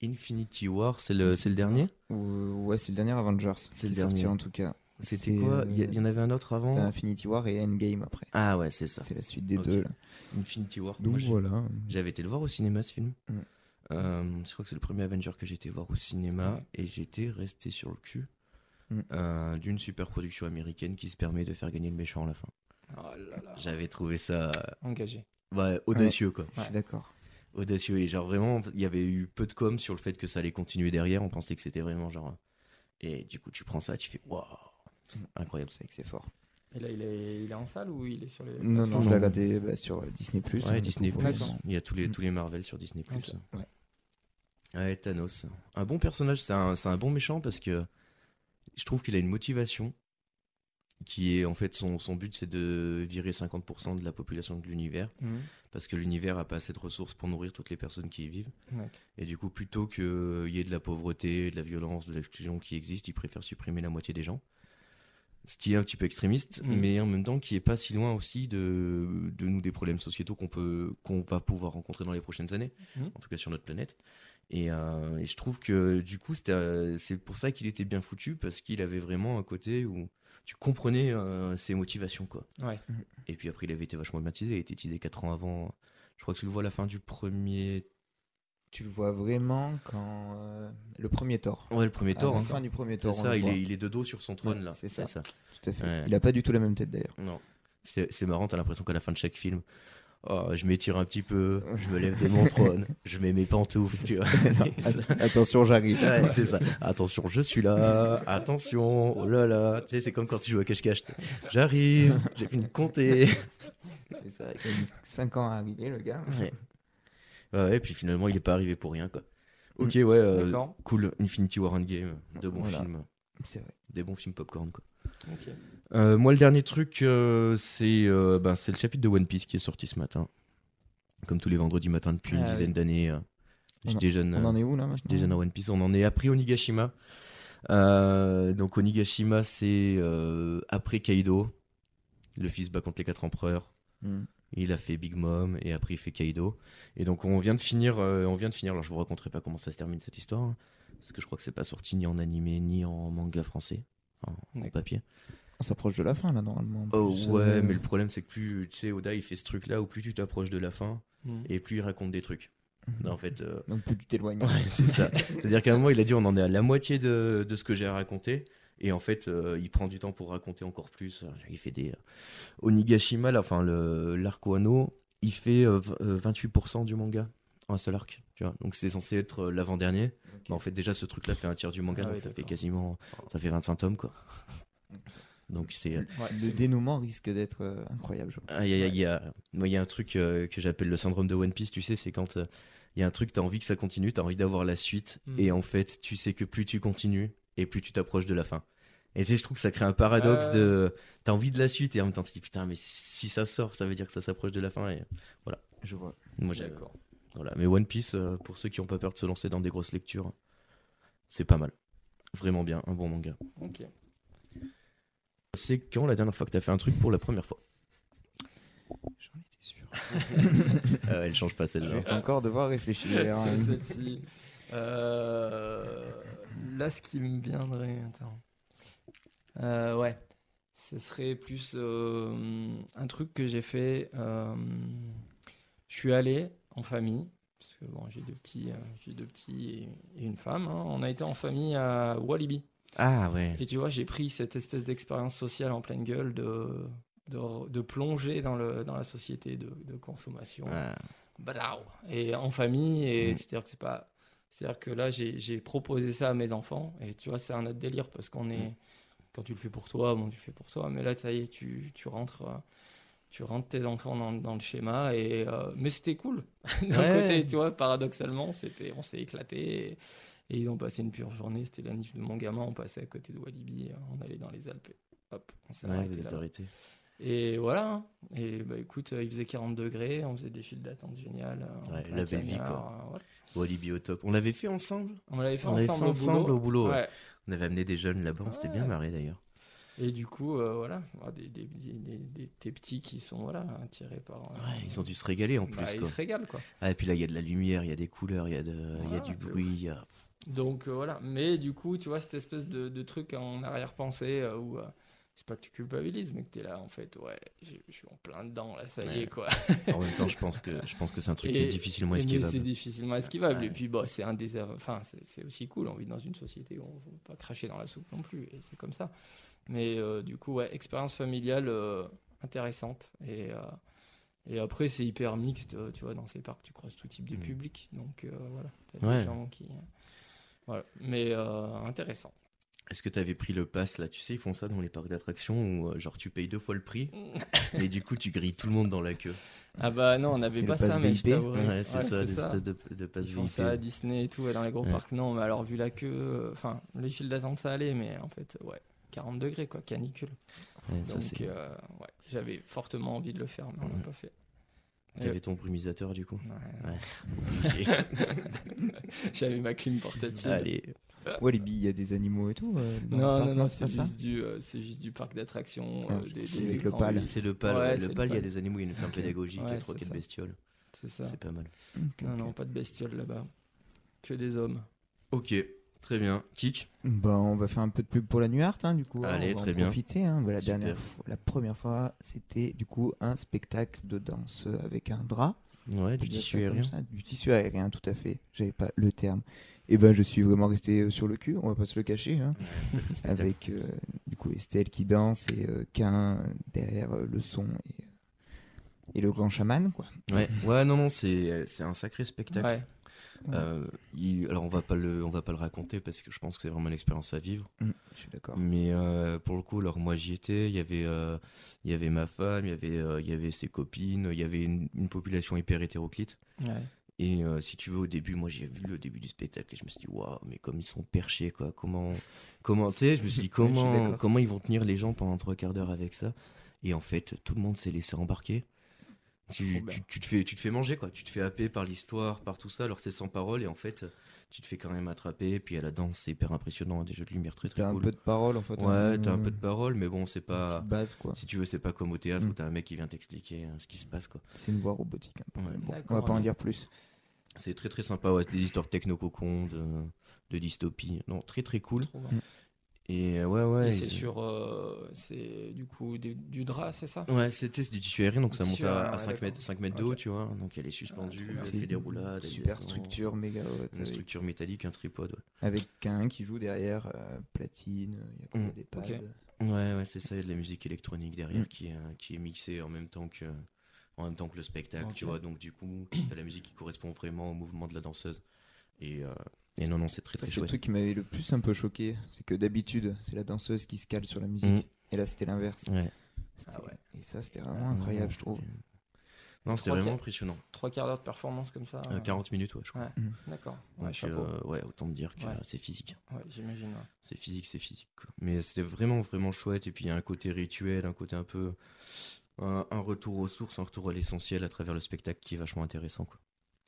[SPEAKER 1] Infinity War, c'est le, c'est le dernier
[SPEAKER 3] Ou, ouais, c'est le dernier Avengers.
[SPEAKER 1] C'est
[SPEAKER 3] C'est
[SPEAKER 1] le
[SPEAKER 3] le sorti
[SPEAKER 1] dernier.
[SPEAKER 3] en tout cas.
[SPEAKER 1] C'était
[SPEAKER 3] C'est,
[SPEAKER 1] quoi Il y, a-
[SPEAKER 3] euh,
[SPEAKER 1] il y en avait un autre
[SPEAKER 3] T'as
[SPEAKER 1] avant
[SPEAKER 3] Infinity War et Endgame après.
[SPEAKER 1] Ah ouais, c'est ça.
[SPEAKER 3] C'est la suite des
[SPEAKER 1] Ok.
[SPEAKER 3] deux là.
[SPEAKER 1] Infinity War.
[SPEAKER 3] Donc
[SPEAKER 1] Moi, j'ai-
[SPEAKER 3] voilà.
[SPEAKER 1] J'avais été le voir au cinéma ce film.
[SPEAKER 3] Mm.
[SPEAKER 1] Euh, je crois que c'est le premier Avenger que j'ai été voir au cinéma
[SPEAKER 2] Ouais.
[SPEAKER 1] et j'étais resté sur le cul
[SPEAKER 3] Mm.
[SPEAKER 1] euh, d'une super production américaine qui se permet de faire gagner le méchant à la fin.
[SPEAKER 2] Oh là là.
[SPEAKER 1] J'avais trouvé ça euh,
[SPEAKER 2] Engagé.
[SPEAKER 1] ouais, audacieux quoi.
[SPEAKER 3] Je suis d'accord.
[SPEAKER 1] audacieux et genre vraiment il y avait eu peu de com sur le fait que ça allait continuer derrière on pensait que c'était vraiment genre euh, et du coup tu prends ça tu fais waouh incroyable
[SPEAKER 3] C'est vrai que c'est fort.
[SPEAKER 2] Et là, il est, il est en salle ou il est sur
[SPEAKER 1] Euh,
[SPEAKER 2] les.
[SPEAKER 3] Non, non, je
[SPEAKER 1] non.
[SPEAKER 3] l'ai regardé bah, sur euh, Disney.
[SPEAKER 1] ouais
[SPEAKER 3] hein,
[SPEAKER 1] Disney
[SPEAKER 3] pour-
[SPEAKER 1] Plus
[SPEAKER 2] D'accord.
[SPEAKER 1] il y a tous les
[SPEAKER 3] Mm.
[SPEAKER 1] tous les Marvel sur Disney Plus hein.
[SPEAKER 2] Ok,
[SPEAKER 3] ouais.
[SPEAKER 1] Ouais, Thanos un bon personnage c'est un, c'est un bon méchant parce que je trouve qu'il a une motivation qui est en fait son, son but c'est de virer 50% de la population de l'univers
[SPEAKER 2] Mhm.
[SPEAKER 1] parce que l'univers a pas assez de ressources pour nourrir toutes les personnes qui y vivent
[SPEAKER 2] Ouais.
[SPEAKER 1] Et du coup, plutôt euh, qu'il y ait de la pauvreté, de la violence, de l'exclusion qui existe, ils préfèrent supprimer la moitié des gens. ce qui est un petit peu extrémiste,
[SPEAKER 2] Mm.
[SPEAKER 1] mais en même temps qui est pas si loin aussi de, de nous des problèmes sociétaux qu'on peut qu'on va pouvoir rencontrer dans les prochaines années,
[SPEAKER 2] Mm.
[SPEAKER 1] en tout cas sur notre planète. Et, euh, et je trouve que du coup c'était, euh, c'est pour ça qu'il était bien foutu parce qu'il avait vraiment un côté où tu comprenais euh, ses motivations quoi.
[SPEAKER 2] Ouais.
[SPEAKER 3] Mm.
[SPEAKER 1] Et puis après il avait été vachement matisé, il a été teasé 4 ans avant. Je crois que tu le vois à la fin du premier,
[SPEAKER 3] Tu le vois vraiment quand euh, le premier tort.
[SPEAKER 1] ouais le premier
[SPEAKER 3] à
[SPEAKER 1] tort.
[SPEAKER 2] Ah,
[SPEAKER 3] la
[SPEAKER 1] hein.
[SPEAKER 3] fin du premier
[SPEAKER 1] C'est
[SPEAKER 3] tort. on
[SPEAKER 1] ça,
[SPEAKER 3] le
[SPEAKER 1] il
[SPEAKER 3] voit.
[SPEAKER 1] est, il est de dos sur son trône
[SPEAKER 3] Ouais,
[SPEAKER 1] là.
[SPEAKER 3] c'est ça. Tout à fait.
[SPEAKER 1] Ouais.
[SPEAKER 3] Il a pas du tout la même tête d'ailleurs.
[SPEAKER 1] Non. C'est c'est marrant, t'as l'impression qu'à la fin de chaque film, oh, je m'étire un petit peu, je me lève de mon trône, je mets mes pantoufles, tu vois.
[SPEAKER 3] Alors,
[SPEAKER 1] Ça-
[SPEAKER 3] att- Attention, j'arrive.
[SPEAKER 1] Ouais, c'est ça. Attention, je suis là. Attention, oh là là. Tu sais, c'est comme quand tu joues à cache-cache. t'es, J'arrive, j'ai fini de compter.
[SPEAKER 3] C'est ça. Il a mis 5 ans à arriver, le gars.
[SPEAKER 1] Ouais. Ouais, et puis finalement, il est pas arrivé pour rien, quoi. Ok, ouais, euh,
[SPEAKER 2] D'accord.
[SPEAKER 1] cool. Infinity War Endgame, de bons
[SPEAKER 3] Voilà.
[SPEAKER 1] films.
[SPEAKER 3] C'est vrai.
[SPEAKER 1] Des bons films popcorn, quoi.
[SPEAKER 2] Ok.
[SPEAKER 1] Euh, moi, le dernier truc, euh, c'est euh, ben, c'est le chapitre de One Piece qui est sorti ce matin. Comme tous les vendredis matins depuis une
[SPEAKER 2] Ah oui.
[SPEAKER 1] dizaine d'années. euh,
[SPEAKER 3] On
[SPEAKER 1] je
[SPEAKER 3] en-
[SPEAKER 1] déjeune,
[SPEAKER 3] On en
[SPEAKER 1] euh,
[SPEAKER 3] est où là maintenant
[SPEAKER 1] je déjeune à One Piece. On en est après Onigashima. Euh, donc, Onigashima, c'est euh, après Kaido. Le fils bat contre les quatre empereurs.
[SPEAKER 3] Hmm.
[SPEAKER 1] Il a fait Big Mom et après il fait Kaido. Et donc on vient de finir, euh, on vient de finir. Alors je vous raconterai pas comment ça se termine cette histoire, hein, parce que je crois que c'est pas sorti ni en animé ni en manga français, en- en
[SPEAKER 2] D'accord.
[SPEAKER 1] papier.
[SPEAKER 3] On s'approche de la fin là normalement. en
[SPEAKER 1] Oh
[SPEAKER 3] plus,
[SPEAKER 1] ouais,
[SPEAKER 3] euh,
[SPEAKER 1] mais le problème c'est que plus tu sais, Oda il fait ce truc là où plus tu t'approches de la fin
[SPEAKER 2] Mm.
[SPEAKER 1] et plus il raconte des trucs. Non, en fait, euh,
[SPEAKER 3] Donc plus tu t'éloignes.
[SPEAKER 1] ouais, c'est ça. C'est-à-dire qu'à un moment il a dit on en est à la moitié de, de ce que j'ai à raconter et en fait euh, il prend du temps pour raconter encore plus. Il fait des euh, Onigashima, là, enfin le l'arc Wano, il fait euh, v- euh, 28% du manga en un seul arc. Tu vois, donc c'est censé être euh, l'avant-dernier.
[SPEAKER 3] Ok.
[SPEAKER 1] Bah, en fait déjà ce truc là fait un tiers du manga
[SPEAKER 2] Ah
[SPEAKER 1] donc
[SPEAKER 2] oui,
[SPEAKER 1] ça fait
[SPEAKER 2] d'accord.
[SPEAKER 1] quasiment ça fait 25 tomes quoi. Donc c'est
[SPEAKER 2] Ouais,
[SPEAKER 3] Le
[SPEAKER 2] c'est-
[SPEAKER 3] dénouement risque d'être euh, incroyable. je pense.
[SPEAKER 1] Aïe, aïe, aïe, il y a- moi, il y a un truc euh, que j'appelle le syndrome de One Piece, tu sais, c'est quand euh, il y a un truc, t'as envie que ça continue, t'as envie d'avoir la suite,
[SPEAKER 2] Mm.
[SPEAKER 1] et en fait, tu sais que plus tu continues, et plus tu t'approches de la fin. Et tu sais, je trouve que ça crée un paradoxe
[SPEAKER 2] Ah.
[SPEAKER 1] de. T'as envie de la suite, et en même temps, tu te dis putain, mais si ça sort, ça veut dire que ça s'approche de la fin, et euh,
[SPEAKER 3] Je vois.
[SPEAKER 1] moi, j'ai.
[SPEAKER 2] D'accord.
[SPEAKER 1] Voilà, mais One Piece, euh, pour ceux qui ont pas peur de se lancer dans des grosses lectures, c'est pas mal. Vraiment bien, un bon manga.
[SPEAKER 2] Ok.
[SPEAKER 1] C'est quand la dernière fois que t'as fait un truc pour la première fois
[SPEAKER 3] J'en étais sûr.
[SPEAKER 1] Euh, Elle change pas
[SPEAKER 3] Je
[SPEAKER 1] celle-là.
[SPEAKER 3] vais encore devoir réfléchir. hein.
[SPEAKER 2] C'est celle-ci. Euh, Là, ce qui me viendrait. Attends. Euh, ouais. Ce serait plus euh, un truc que j'ai fait. euh, je suis allé en famille. Parce que bon, j'ai deux petits, euh, j'ai deux petits et, et une femme. hein. On a été en famille à Walibi.
[SPEAKER 1] Ah ouais.
[SPEAKER 2] Et tu vois, j'ai pris cette espèce d'expérience sociale en pleine gueule de, de, de plonger dans, le, dans la société de, de consommation.
[SPEAKER 1] Ah.
[SPEAKER 2] Badao. et en famille et
[SPEAKER 1] Mm.
[SPEAKER 2] c'est-à-dire que c'est pas c'est-à-dire que là j'ai j'ai proposé ça à mes enfants et tu vois c'est un autre délire parce qu'on est
[SPEAKER 1] Mmh.
[SPEAKER 2] quand tu le fais pour toi bon tu le fais pour toi mais là ça y est tu, tu rentres euh, tu rentres tes enfants dans, dans le schéma et euh, mais c'était cool d'un
[SPEAKER 1] Ouais.
[SPEAKER 2] côté tu vois paradoxalement c'était on s'est éclaté et, et ils ont passé une pure journée c'était la nif de mon gamin on passait à côté de Walibi on allait dans les Alpes et hop on s'est
[SPEAKER 1] Ouais,
[SPEAKER 2] arrêté
[SPEAKER 1] vous êtes
[SPEAKER 2] là-bas.
[SPEAKER 1] arrêté.
[SPEAKER 2] Et voilà. hein. Et bah écoute, euh, il faisait 40 degrés, on faisait des files d'attente géniales. euh, en
[SPEAKER 1] Ouais,
[SPEAKER 2] plein
[SPEAKER 1] la belle vie,
[SPEAKER 2] cagnard,
[SPEAKER 1] quoi.
[SPEAKER 2] euh, voilà.
[SPEAKER 1] Walibi au top. On l'avait fait ensemble.
[SPEAKER 2] On l'avait fait
[SPEAKER 1] On l'avait fait
[SPEAKER 2] ensemble,
[SPEAKER 1] ensemble
[SPEAKER 2] au
[SPEAKER 1] au boulot.
[SPEAKER 2] boulot.
[SPEAKER 1] ouais.
[SPEAKER 2] Ouais.
[SPEAKER 1] On avait amené des jeunes là-bas. On s'était bien
[SPEAKER 2] Ouais.
[SPEAKER 1] marré d'ailleurs.
[SPEAKER 2] Et du coup, euh, voilà, voilà, des, des, des, des- des- des petits qui sont voilà, attirés par. euh,
[SPEAKER 1] Ouais, ils ont dû se régaler en plus.
[SPEAKER 2] bah,
[SPEAKER 1] quoi.
[SPEAKER 2] Ils se régalent, quoi.
[SPEAKER 1] Ah, et puis là, il y a de la lumière, il y a des couleurs, il y, a de- il y a
[SPEAKER 2] Voilà,
[SPEAKER 1] du
[SPEAKER 2] c'est
[SPEAKER 1] bruit. il y a-
[SPEAKER 2] Donc euh, voilà. Mais du coup, tu vois, cette espèce de, de truc en arrière-pensée euh, où. euh, c'est pas que tu culpabilises, mais que t'es là en fait, ouais, je je suis en plein dedans, là, ça y
[SPEAKER 1] Ouais.
[SPEAKER 2] est, quoi.
[SPEAKER 1] En même temps, je pense que, je pense que c'est un truc qui
[SPEAKER 2] Et-
[SPEAKER 1] est difficilement
[SPEAKER 2] Et mais C'est
[SPEAKER 1] esquivable.
[SPEAKER 2] difficilement esquivable.
[SPEAKER 1] Ouais.
[SPEAKER 2] Et puis, bon, c'est un des. Enfin, c'est- c'est aussi cool. On vit dans une société où on ne faut pas cracher dans la soupe non plus. Et c'est comme ça. Mais euh, du coup, ouais, expérience familiale euh, intéressante. Et, euh, et après, c'est hyper mixte. euh, tu vois, dans ces parcs, tu croises tout type de
[SPEAKER 1] Mm.
[SPEAKER 2] public. Donc, euh, voilà. T'as
[SPEAKER 1] Ouais.
[SPEAKER 2] des gens qui. Voilà. Mais euh, intéressant.
[SPEAKER 1] Est-ce que tu avais pris le pass là Tu sais, ils font ça dans les parcs d'attractions où euh, genre tu payes deux fois le prix et du coup tu grilles tout le monde dans la queue.
[SPEAKER 2] ah bah non, on n'avait
[SPEAKER 3] C'est
[SPEAKER 2] pas
[SPEAKER 3] le
[SPEAKER 2] ça,
[SPEAKER 3] pass
[SPEAKER 2] mais je
[SPEAKER 3] VIP.
[SPEAKER 1] Ouais,
[SPEAKER 2] t'avouerai.
[SPEAKER 1] c'est
[SPEAKER 2] Ouais,
[SPEAKER 1] ça, l'espèce de, de pass
[SPEAKER 2] Ils font
[SPEAKER 1] VIP.
[SPEAKER 2] ça à Disney et tout, et dans les gros
[SPEAKER 1] Ouais.
[SPEAKER 2] parcs, non, mais alors vu la queue, euh, enfin, les files d'attente ça allait, mais en fait, ouais, 40 degrés quoi, canicule.
[SPEAKER 1] Ouais, ça,
[SPEAKER 2] Donc,
[SPEAKER 1] c'est-
[SPEAKER 2] euh, ouais, j'avais fortement envie de le faire, mais on
[SPEAKER 1] Ouais.
[SPEAKER 2] l'a pas fait.
[SPEAKER 1] T'avais ton brumisateur du coup
[SPEAKER 2] Ouais.
[SPEAKER 1] J'ai-
[SPEAKER 2] J'avais ma clim portative.
[SPEAKER 1] Allez,
[SPEAKER 3] Walibi, il y a des animaux et tout. euh, dans le
[SPEAKER 2] Non,
[SPEAKER 3] parc,
[SPEAKER 2] non, non,
[SPEAKER 3] c'est
[SPEAKER 2] c'est
[SPEAKER 3] pas ça
[SPEAKER 2] juste, du, euh, c'est juste du parc d'attractions.
[SPEAKER 3] Ah,
[SPEAKER 2] euh, des-
[SPEAKER 3] c'est
[SPEAKER 2] des-
[SPEAKER 3] avec
[SPEAKER 2] des
[SPEAKER 3] le
[SPEAKER 2] grands
[SPEAKER 3] pal.
[SPEAKER 2] lits.
[SPEAKER 1] C'est le pal.
[SPEAKER 2] Ouais, c'est
[SPEAKER 1] le
[SPEAKER 2] le
[SPEAKER 1] pal, il y a
[SPEAKER 2] pal.
[SPEAKER 1] des animaux, il y a une ferme
[SPEAKER 3] Ok.
[SPEAKER 1] pédagogique, il y
[SPEAKER 2] Ouais,
[SPEAKER 1] a trois
[SPEAKER 2] c'est
[SPEAKER 1] quatre
[SPEAKER 2] ça.
[SPEAKER 1] bestioles.
[SPEAKER 2] C'est ça.
[SPEAKER 1] C'est pas mal.
[SPEAKER 3] Ok,
[SPEAKER 2] Non,
[SPEAKER 3] ok.
[SPEAKER 2] non, pas de bestioles là-bas. Que des hommes.
[SPEAKER 1] Ok, très bien. Kik,
[SPEAKER 3] Bah, on va faire un peu de pub pour la Nuart, hein, du coup.
[SPEAKER 1] Allez,
[SPEAKER 3] on va
[SPEAKER 1] très
[SPEAKER 3] en
[SPEAKER 1] bien.
[SPEAKER 3] Profiter, hein. Bah, la,
[SPEAKER 1] Super.
[SPEAKER 3] dernière fois- la première fois, c'était du coup un spectacle de danse euh, avec un drap.
[SPEAKER 1] ouais,
[SPEAKER 3] Je dirais ça comme ça, Du tissu aérien, tout à fait. J'avais pas le terme. Et ben, je suis vraiment resté euh, sur le cul, on va pas se le cacher. hein. avec euh, du coup Estelle qui danse et euh, Quin derrière euh, le son et, euh, et le grand chaman quoi.
[SPEAKER 1] Ouais, ouais, non, non, c'est c'est un sacré spectacle.
[SPEAKER 2] Ouais.
[SPEAKER 1] Euh, il- alors on va pas le, on va pas le raconter parce que je pense que c'est vraiment une expérience à vivre.
[SPEAKER 3] Mm, je suis d'accord.
[SPEAKER 1] Mais euh, pour le coup, alors moi j'y étais, il y avait, euh, il y avait ma femme, il y avait, euh, il y avait ses copines, il y avait une, une population hyper hétéroclite.
[SPEAKER 2] ouais.
[SPEAKER 1] Et euh, si tu veux, au début, moi j'ai vu le début du spectacle et je me suis dit waouh, mais comme ils sont perchés quoi, comment, comment, tu sais, je me suis dit
[SPEAKER 3] suis
[SPEAKER 1] comment,
[SPEAKER 3] d'accord.
[SPEAKER 1] comment ils vont tenir les gens pendant trois quarts d'heure avec ça. Et en fait, tout le monde s'est laissé embarquer. Tu,
[SPEAKER 2] Trop bien.
[SPEAKER 1] tu- tu te fais, tu te fais manger quoi, tu te fais happer par l'histoire, par tout ça. Alors c'est sans parole et en fait, tu te fais quand même attraper. Puis à la danse, c'est hyper impressionnant, hein, des jeux de lumière très très
[SPEAKER 3] T'as un
[SPEAKER 1] cool.
[SPEAKER 3] peu de hein. parole en fait.
[SPEAKER 1] Ouais, t'as un peu de parole, mais bon, c'est pas.
[SPEAKER 3] petite base quoi.
[SPEAKER 1] Si tu veux, c'est pas comme au théâtre
[SPEAKER 3] Mm.
[SPEAKER 1] où t'as un mec qui vient t'expliquer hein, ce qui se passe, quoi.
[SPEAKER 3] C'est une voix robotique. un peu.
[SPEAKER 1] Ouais.
[SPEAKER 3] Bon, on va
[SPEAKER 2] D'accord,
[SPEAKER 3] pas en
[SPEAKER 2] ok.
[SPEAKER 3] dire plus.
[SPEAKER 1] C'est très très sympa, ouais. C'est des histoires techno-cocon, de, de dystopie. Non, très très cool.
[SPEAKER 2] Trop bien.
[SPEAKER 1] Et euh, ouais, ouais.
[SPEAKER 2] hein. Et c'est
[SPEAKER 1] ils-
[SPEAKER 2] sur. euh, c'est du coup des- du drap, c'est ça
[SPEAKER 1] Ouais, c'était du tissu aérien, donc ça monte
[SPEAKER 2] Tissu
[SPEAKER 1] à,
[SPEAKER 2] aérien,
[SPEAKER 1] à
[SPEAKER 2] ouais,
[SPEAKER 1] 5 mètres,
[SPEAKER 2] d'accord.
[SPEAKER 1] 5 mètres de
[SPEAKER 2] Ok.
[SPEAKER 1] haut, tu vois. Donc elle est suspendue,
[SPEAKER 2] Ah, trop
[SPEAKER 1] elle
[SPEAKER 3] C'est
[SPEAKER 1] fait des roulades. elle
[SPEAKER 3] Super
[SPEAKER 1] descend.
[SPEAKER 3] structure Ah méga haute.
[SPEAKER 1] Une
[SPEAKER 3] Avec,
[SPEAKER 1] structure métallique, un tripode, ouais.
[SPEAKER 3] avec Quin qui joue derrière euh, platine. Il y a quoi,
[SPEAKER 1] Mm.
[SPEAKER 3] des pads.
[SPEAKER 2] Ok.
[SPEAKER 1] Ouais, ouais, c'est ça. Il y a de la musique électronique derrière
[SPEAKER 3] Mm.
[SPEAKER 1] qui, est, euh, qui est mixée en même temps que, en même temps que le spectacle, tu
[SPEAKER 2] Ok.
[SPEAKER 1] vois. Donc, du coup, t'as la musique qui correspond vraiment au mouvement de la danseuse. Et, euh, et non, non, c'est très
[SPEAKER 3] Ça,
[SPEAKER 1] très
[SPEAKER 3] C'est le
[SPEAKER 1] chouette.
[SPEAKER 3] truc qui m'avait le plus un peu choqué, c'est que d'habitude c'est la danseuse qui se cale sur la musique. Et là c'était l'inverse.
[SPEAKER 1] Mm. Ouais.
[SPEAKER 3] C'était-
[SPEAKER 2] Ah ouais.
[SPEAKER 3] Et ça c'était vraiment incroyable je trouve.
[SPEAKER 1] euh, Non, c'était
[SPEAKER 2] Trois
[SPEAKER 1] vraiment
[SPEAKER 2] quarts-
[SPEAKER 1] impressionnant.
[SPEAKER 2] Trois quarts d'heure de performance comme ça
[SPEAKER 1] Euh,
[SPEAKER 2] euh,
[SPEAKER 1] 40 minutes, ouais, je crois.
[SPEAKER 2] Ouais,
[SPEAKER 3] Mhm.
[SPEAKER 2] d'accord. Ouais,
[SPEAKER 1] Donc,
[SPEAKER 2] chapeau.
[SPEAKER 1] euh, ouais, autant te dire que
[SPEAKER 2] Ouais.
[SPEAKER 1] euh, c'est physique.
[SPEAKER 2] Ouais, j'imagine. ouais.
[SPEAKER 1] C'est physique, c'est physique. quoi. Mais c'était vraiment, vraiment chouette. Et puis, il y a un côté rituel, un côté un peu. Un, un retour aux sources, un retour à l'essentiel à travers le spectacle qui est vachement intéressant. Quoi.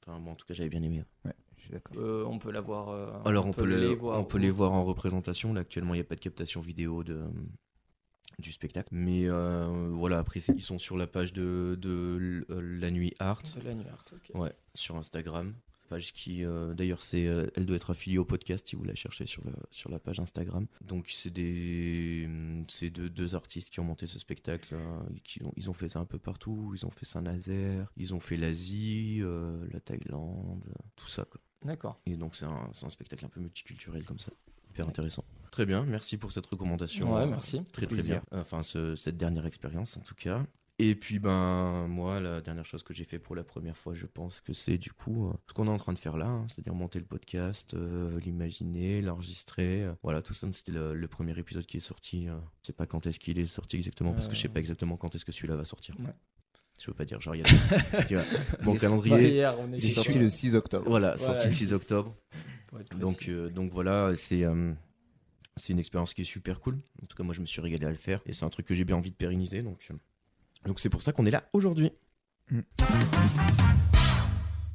[SPEAKER 1] Enfin, moi, en tout cas, j'avais bien aimé.
[SPEAKER 3] Ouais, je suis d'accord.
[SPEAKER 2] Euh, on peut l'avoir. euh,
[SPEAKER 1] Alors on, peut, le-
[SPEAKER 2] les voir.
[SPEAKER 1] on peut les voir en représentation. Là actuellement il n'y a pas de captation vidéo de, du spectacle. Mais euh, voilà, après c'est- ils sont sur la page de, de l- euh, la nuit art.
[SPEAKER 2] De la nuit art, ok.
[SPEAKER 1] Ouais, sur Instagram. Page qui euh, d'ailleurs c'est euh, elle doit être affiliée au podcast si vous la cherchez sur, le, sur la page Instagram. Donc c'est des hum, c'est deux, deux artistes qui ont monté ce spectacle. hein, et qui ont, ils ont fait ça un peu partout. Ils ont fait Saint-Nazaire, ils ont fait l'Asie, euh, la Thaïlande, tout ça. quoi.
[SPEAKER 2] D'accord.
[SPEAKER 1] Et donc c'est un, c'est un spectacle un peu multiculturel comme ça. Hyper intéressant. Très bien, merci pour cette recommandation.
[SPEAKER 2] Ouais, merci.
[SPEAKER 1] Très très
[SPEAKER 3] Plaisir.
[SPEAKER 1] bien. Enfin, ce- cette dernière expérience en tout cas. Et puis ben moi, la dernière chose que j'ai fait pour la première fois, je pense que c'est du coup euh, ce qu'on est en train de faire là, hein, c'est-à-dire monter le podcast, euh, l'imaginer, l'enregistrer. euh, voilà, tout ça, c'était le, le premier épisode qui est sorti. euh, je sais pas quand est-ce qu'il est sorti exactement parce que je sais
[SPEAKER 2] Euh.
[SPEAKER 1] pas exactement quand est-ce que celui-là va sortir.
[SPEAKER 2] Ouais.
[SPEAKER 1] Je veux pas dire genre il y a tu vois, mon
[SPEAKER 3] Il est
[SPEAKER 2] Bah,
[SPEAKER 1] calendrier.
[SPEAKER 2] hier, on
[SPEAKER 1] C'est
[SPEAKER 3] C'est
[SPEAKER 2] était-
[SPEAKER 3] sorti le 6 octobre.
[SPEAKER 1] Voilà, sorti
[SPEAKER 2] Voilà.
[SPEAKER 1] le 6 octobre.
[SPEAKER 2] pour être précis.
[SPEAKER 1] Donc, euh, donc voilà, c'est euh, c'est une expérience qui est super cool. En tout cas, moi, je me suis régalé à le faire et c'est un truc que j'ai bien envie de pérenniser. Donc euh, donc c'est pour ça qu'on est là aujourd'hui.
[SPEAKER 3] Mm.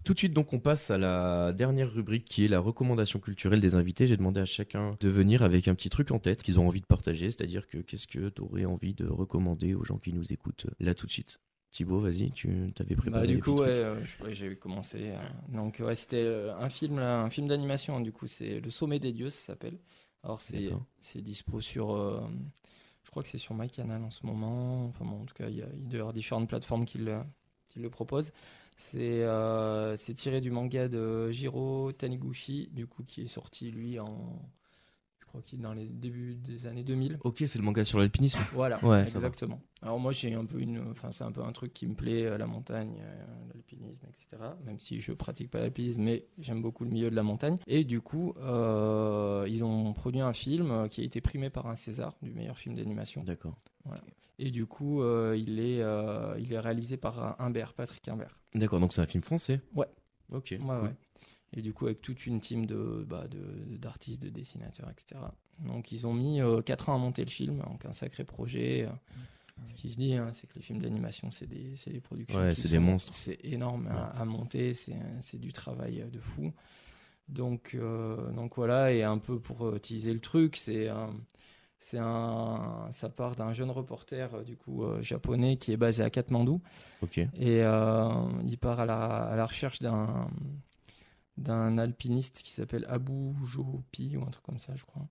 [SPEAKER 1] Tout de suite, donc, on passe à la dernière rubrique qui est la recommandation culturelle des invités. J'ai demandé à chacun de venir avec un petit truc en tête qu'ils ont envie de partager, c'est-à-dire que qu'est-ce que tu aurais envie de recommander aux gens qui nous écoutent euh, là tout de suite. Thibaut, vas-y, tu t'avais
[SPEAKER 2] Bah,
[SPEAKER 1] préparé.
[SPEAKER 2] du
[SPEAKER 1] des
[SPEAKER 2] coup,
[SPEAKER 1] petits
[SPEAKER 2] ouais,
[SPEAKER 1] trucs.
[SPEAKER 2] euh, je- ouais, j'ai commencé. euh, donc, ouais, c'était euh, un film, là, un film d'animation. hein, du coup, c'est Le Sommet des Dieux, ça s'appelle. Alors, c'est
[SPEAKER 1] D'accord.
[SPEAKER 2] c'est dispo sur. euh, je crois que c'est sur MyCanal en ce moment. Enfin, bon, en tout cas, il y a il doit y avoir différentes plateformes qui le, qui le proposent. C'est euh, c'est tiré du manga de Jiro Taniguchi, du coup, qui est sorti lui en. Je crois qu'il est dans les débuts des années 2000.
[SPEAKER 1] Ok, c'est le manga sur l'alpinisme.
[SPEAKER 2] Voilà,
[SPEAKER 1] Ouais, ça va.
[SPEAKER 2] exactement. Alors moi j'ai un peu une, enfin c'est un peu un truc qui me plaît, euh, la montagne, euh, l'alpinisme, etc. Même si je pratique pas l'alpinisme, mais j'aime beaucoup le milieu de la montagne. Et du coup, euh, ils ont produit un film euh, qui a été primé par un César du meilleur film d'animation.
[SPEAKER 1] D'accord.
[SPEAKER 2] Et du coup, euh, il est, euh, il est réalisé par un- Humbert, Patrick Humbert.
[SPEAKER 1] D'accord, donc c'est un film français
[SPEAKER 2] Ouais.
[SPEAKER 1] Ok.
[SPEAKER 2] Ouais,
[SPEAKER 1] cool.
[SPEAKER 2] ouais. Et du coup, avec toute une team de, bah, de- d'artistes, de dessinateurs, etc. Donc, ils ont mis 4 ans à monter le film, donc un sacré projet. euh. Ce qui se dit, hein, c'est que les films d'animation, c'est des, c'est des productions.
[SPEAKER 1] Ouais,
[SPEAKER 2] qui
[SPEAKER 1] c'est des monstres.
[SPEAKER 2] C'est énorme à, à monter, c'est, c'est du travail euh, de fou. Donc, euh, donc voilà, et un peu pour utiliser le truc, c'est un, c'est un, ça part d'un jeune reporter euh, du coup euh, japonais qui est basé à Katmandou
[SPEAKER 1] Ok.
[SPEAKER 2] et euh, il part à la, à la recherche d'un d'un alpiniste qui s'appelle Abu Jopi ou un truc comme ça, je crois.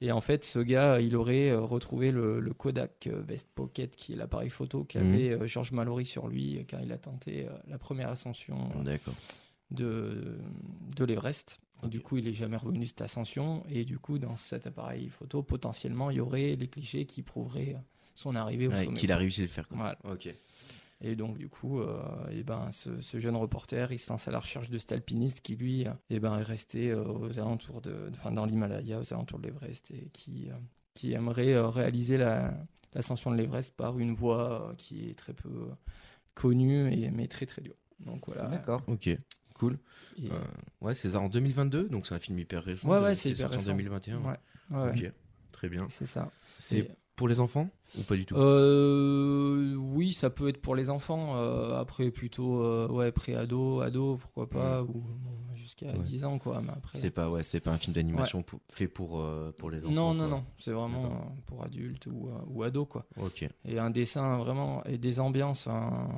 [SPEAKER 2] Et en fait, ce gars, il aurait euh, retrouvé le, le Kodak euh, Vest Pocket, qui est l'appareil photo
[SPEAKER 1] Mhm.
[SPEAKER 2] qu'avait euh, Georges Mallory sur lui euh, quand il a tenté euh, la première ascension euh,
[SPEAKER 1] D'accord.
[SPEAKER 2] de, de l'Everest. Et
[SPEAKER 1] Ok.
[SPEAKER 2] Du coup, il est jamais revenu de cette ascension. Et du coup, dans cet appareil photo, potentiellement, il y aurait les clichés qui prouveraient euh, son arrivée au
[SPEAKER 1] Ouais,
[SPEAKER 2] sommet.
[SPEAKER 1] qu'il a réussi à le faire. Quoi.
[SPEAKER 2] Voilà.
[SPEAKER 1] Ok.
[SPEAKER 2] Et donc, du coup, euh, eh ben, ce, ce jeune reporter, il se lance à la recherche de cet alpiniste qui, lui, euh, eh ben, est resté euh, aux alentours de, enfin, dans l'Himalaya, aux alentours de l'Everest, et qui, euh, qui aimerait euh, réaliser la- l'ascension de l'Everest par une voie euh, qui est très peu euh, connue, et, mais très, très dure. Donc voilà.
[SPEAKER 3] D'accord.
[SPEAKER 1] Ok. Cool.
[SPEAKER 2] Et-
[SPEAKER 1] Euh, ouais, César en 2022, donc c'est un film hyper récent.
[SPEAKER 2] Ouais, ouais,
[SPEAKER 1] euh,
[SPEAKER 2] c'est hyper
[SPEAKER 1] sorti en
[SPEAKER 2] récent.
[SPEAKER 1] 2021.
[SPEAKER 2] ouais, ouais, ouais.
[SPEAKER 1] Ok. Très bien.
[SPEAKER 2] C'est ça.
[SPEAKER 1] C'est
[SPEAKER 2] Et-
[SPEAKER 1] pour les enfants ou pas du tout
[SPEAKER 2] Euh, oui, ça peut être pour les enfants. euh, après, plutôt euh, ouais, pré-ado, ado, pourquoi pas, ou bon, jusqu'à
[SPEAKER 1] Ouais.
[SPEAKER 2] 10 ans, quoi. Mais après,
[SPEAKER 1] C'est pas ouais, c'est pas un film d'animation pou- fait pour euh, pour les enfants.
[SPEAKER 2] non, non,
[SPEAKER 1] quoi.
[SPEAKER 2] non, c'est vraiment euh, pour adultes ou, euh, ou ados, quoi.
[SPEAKER 1] Ok.
[SPEAKER 2] Et un dessin vraiment, et des ambiances, un-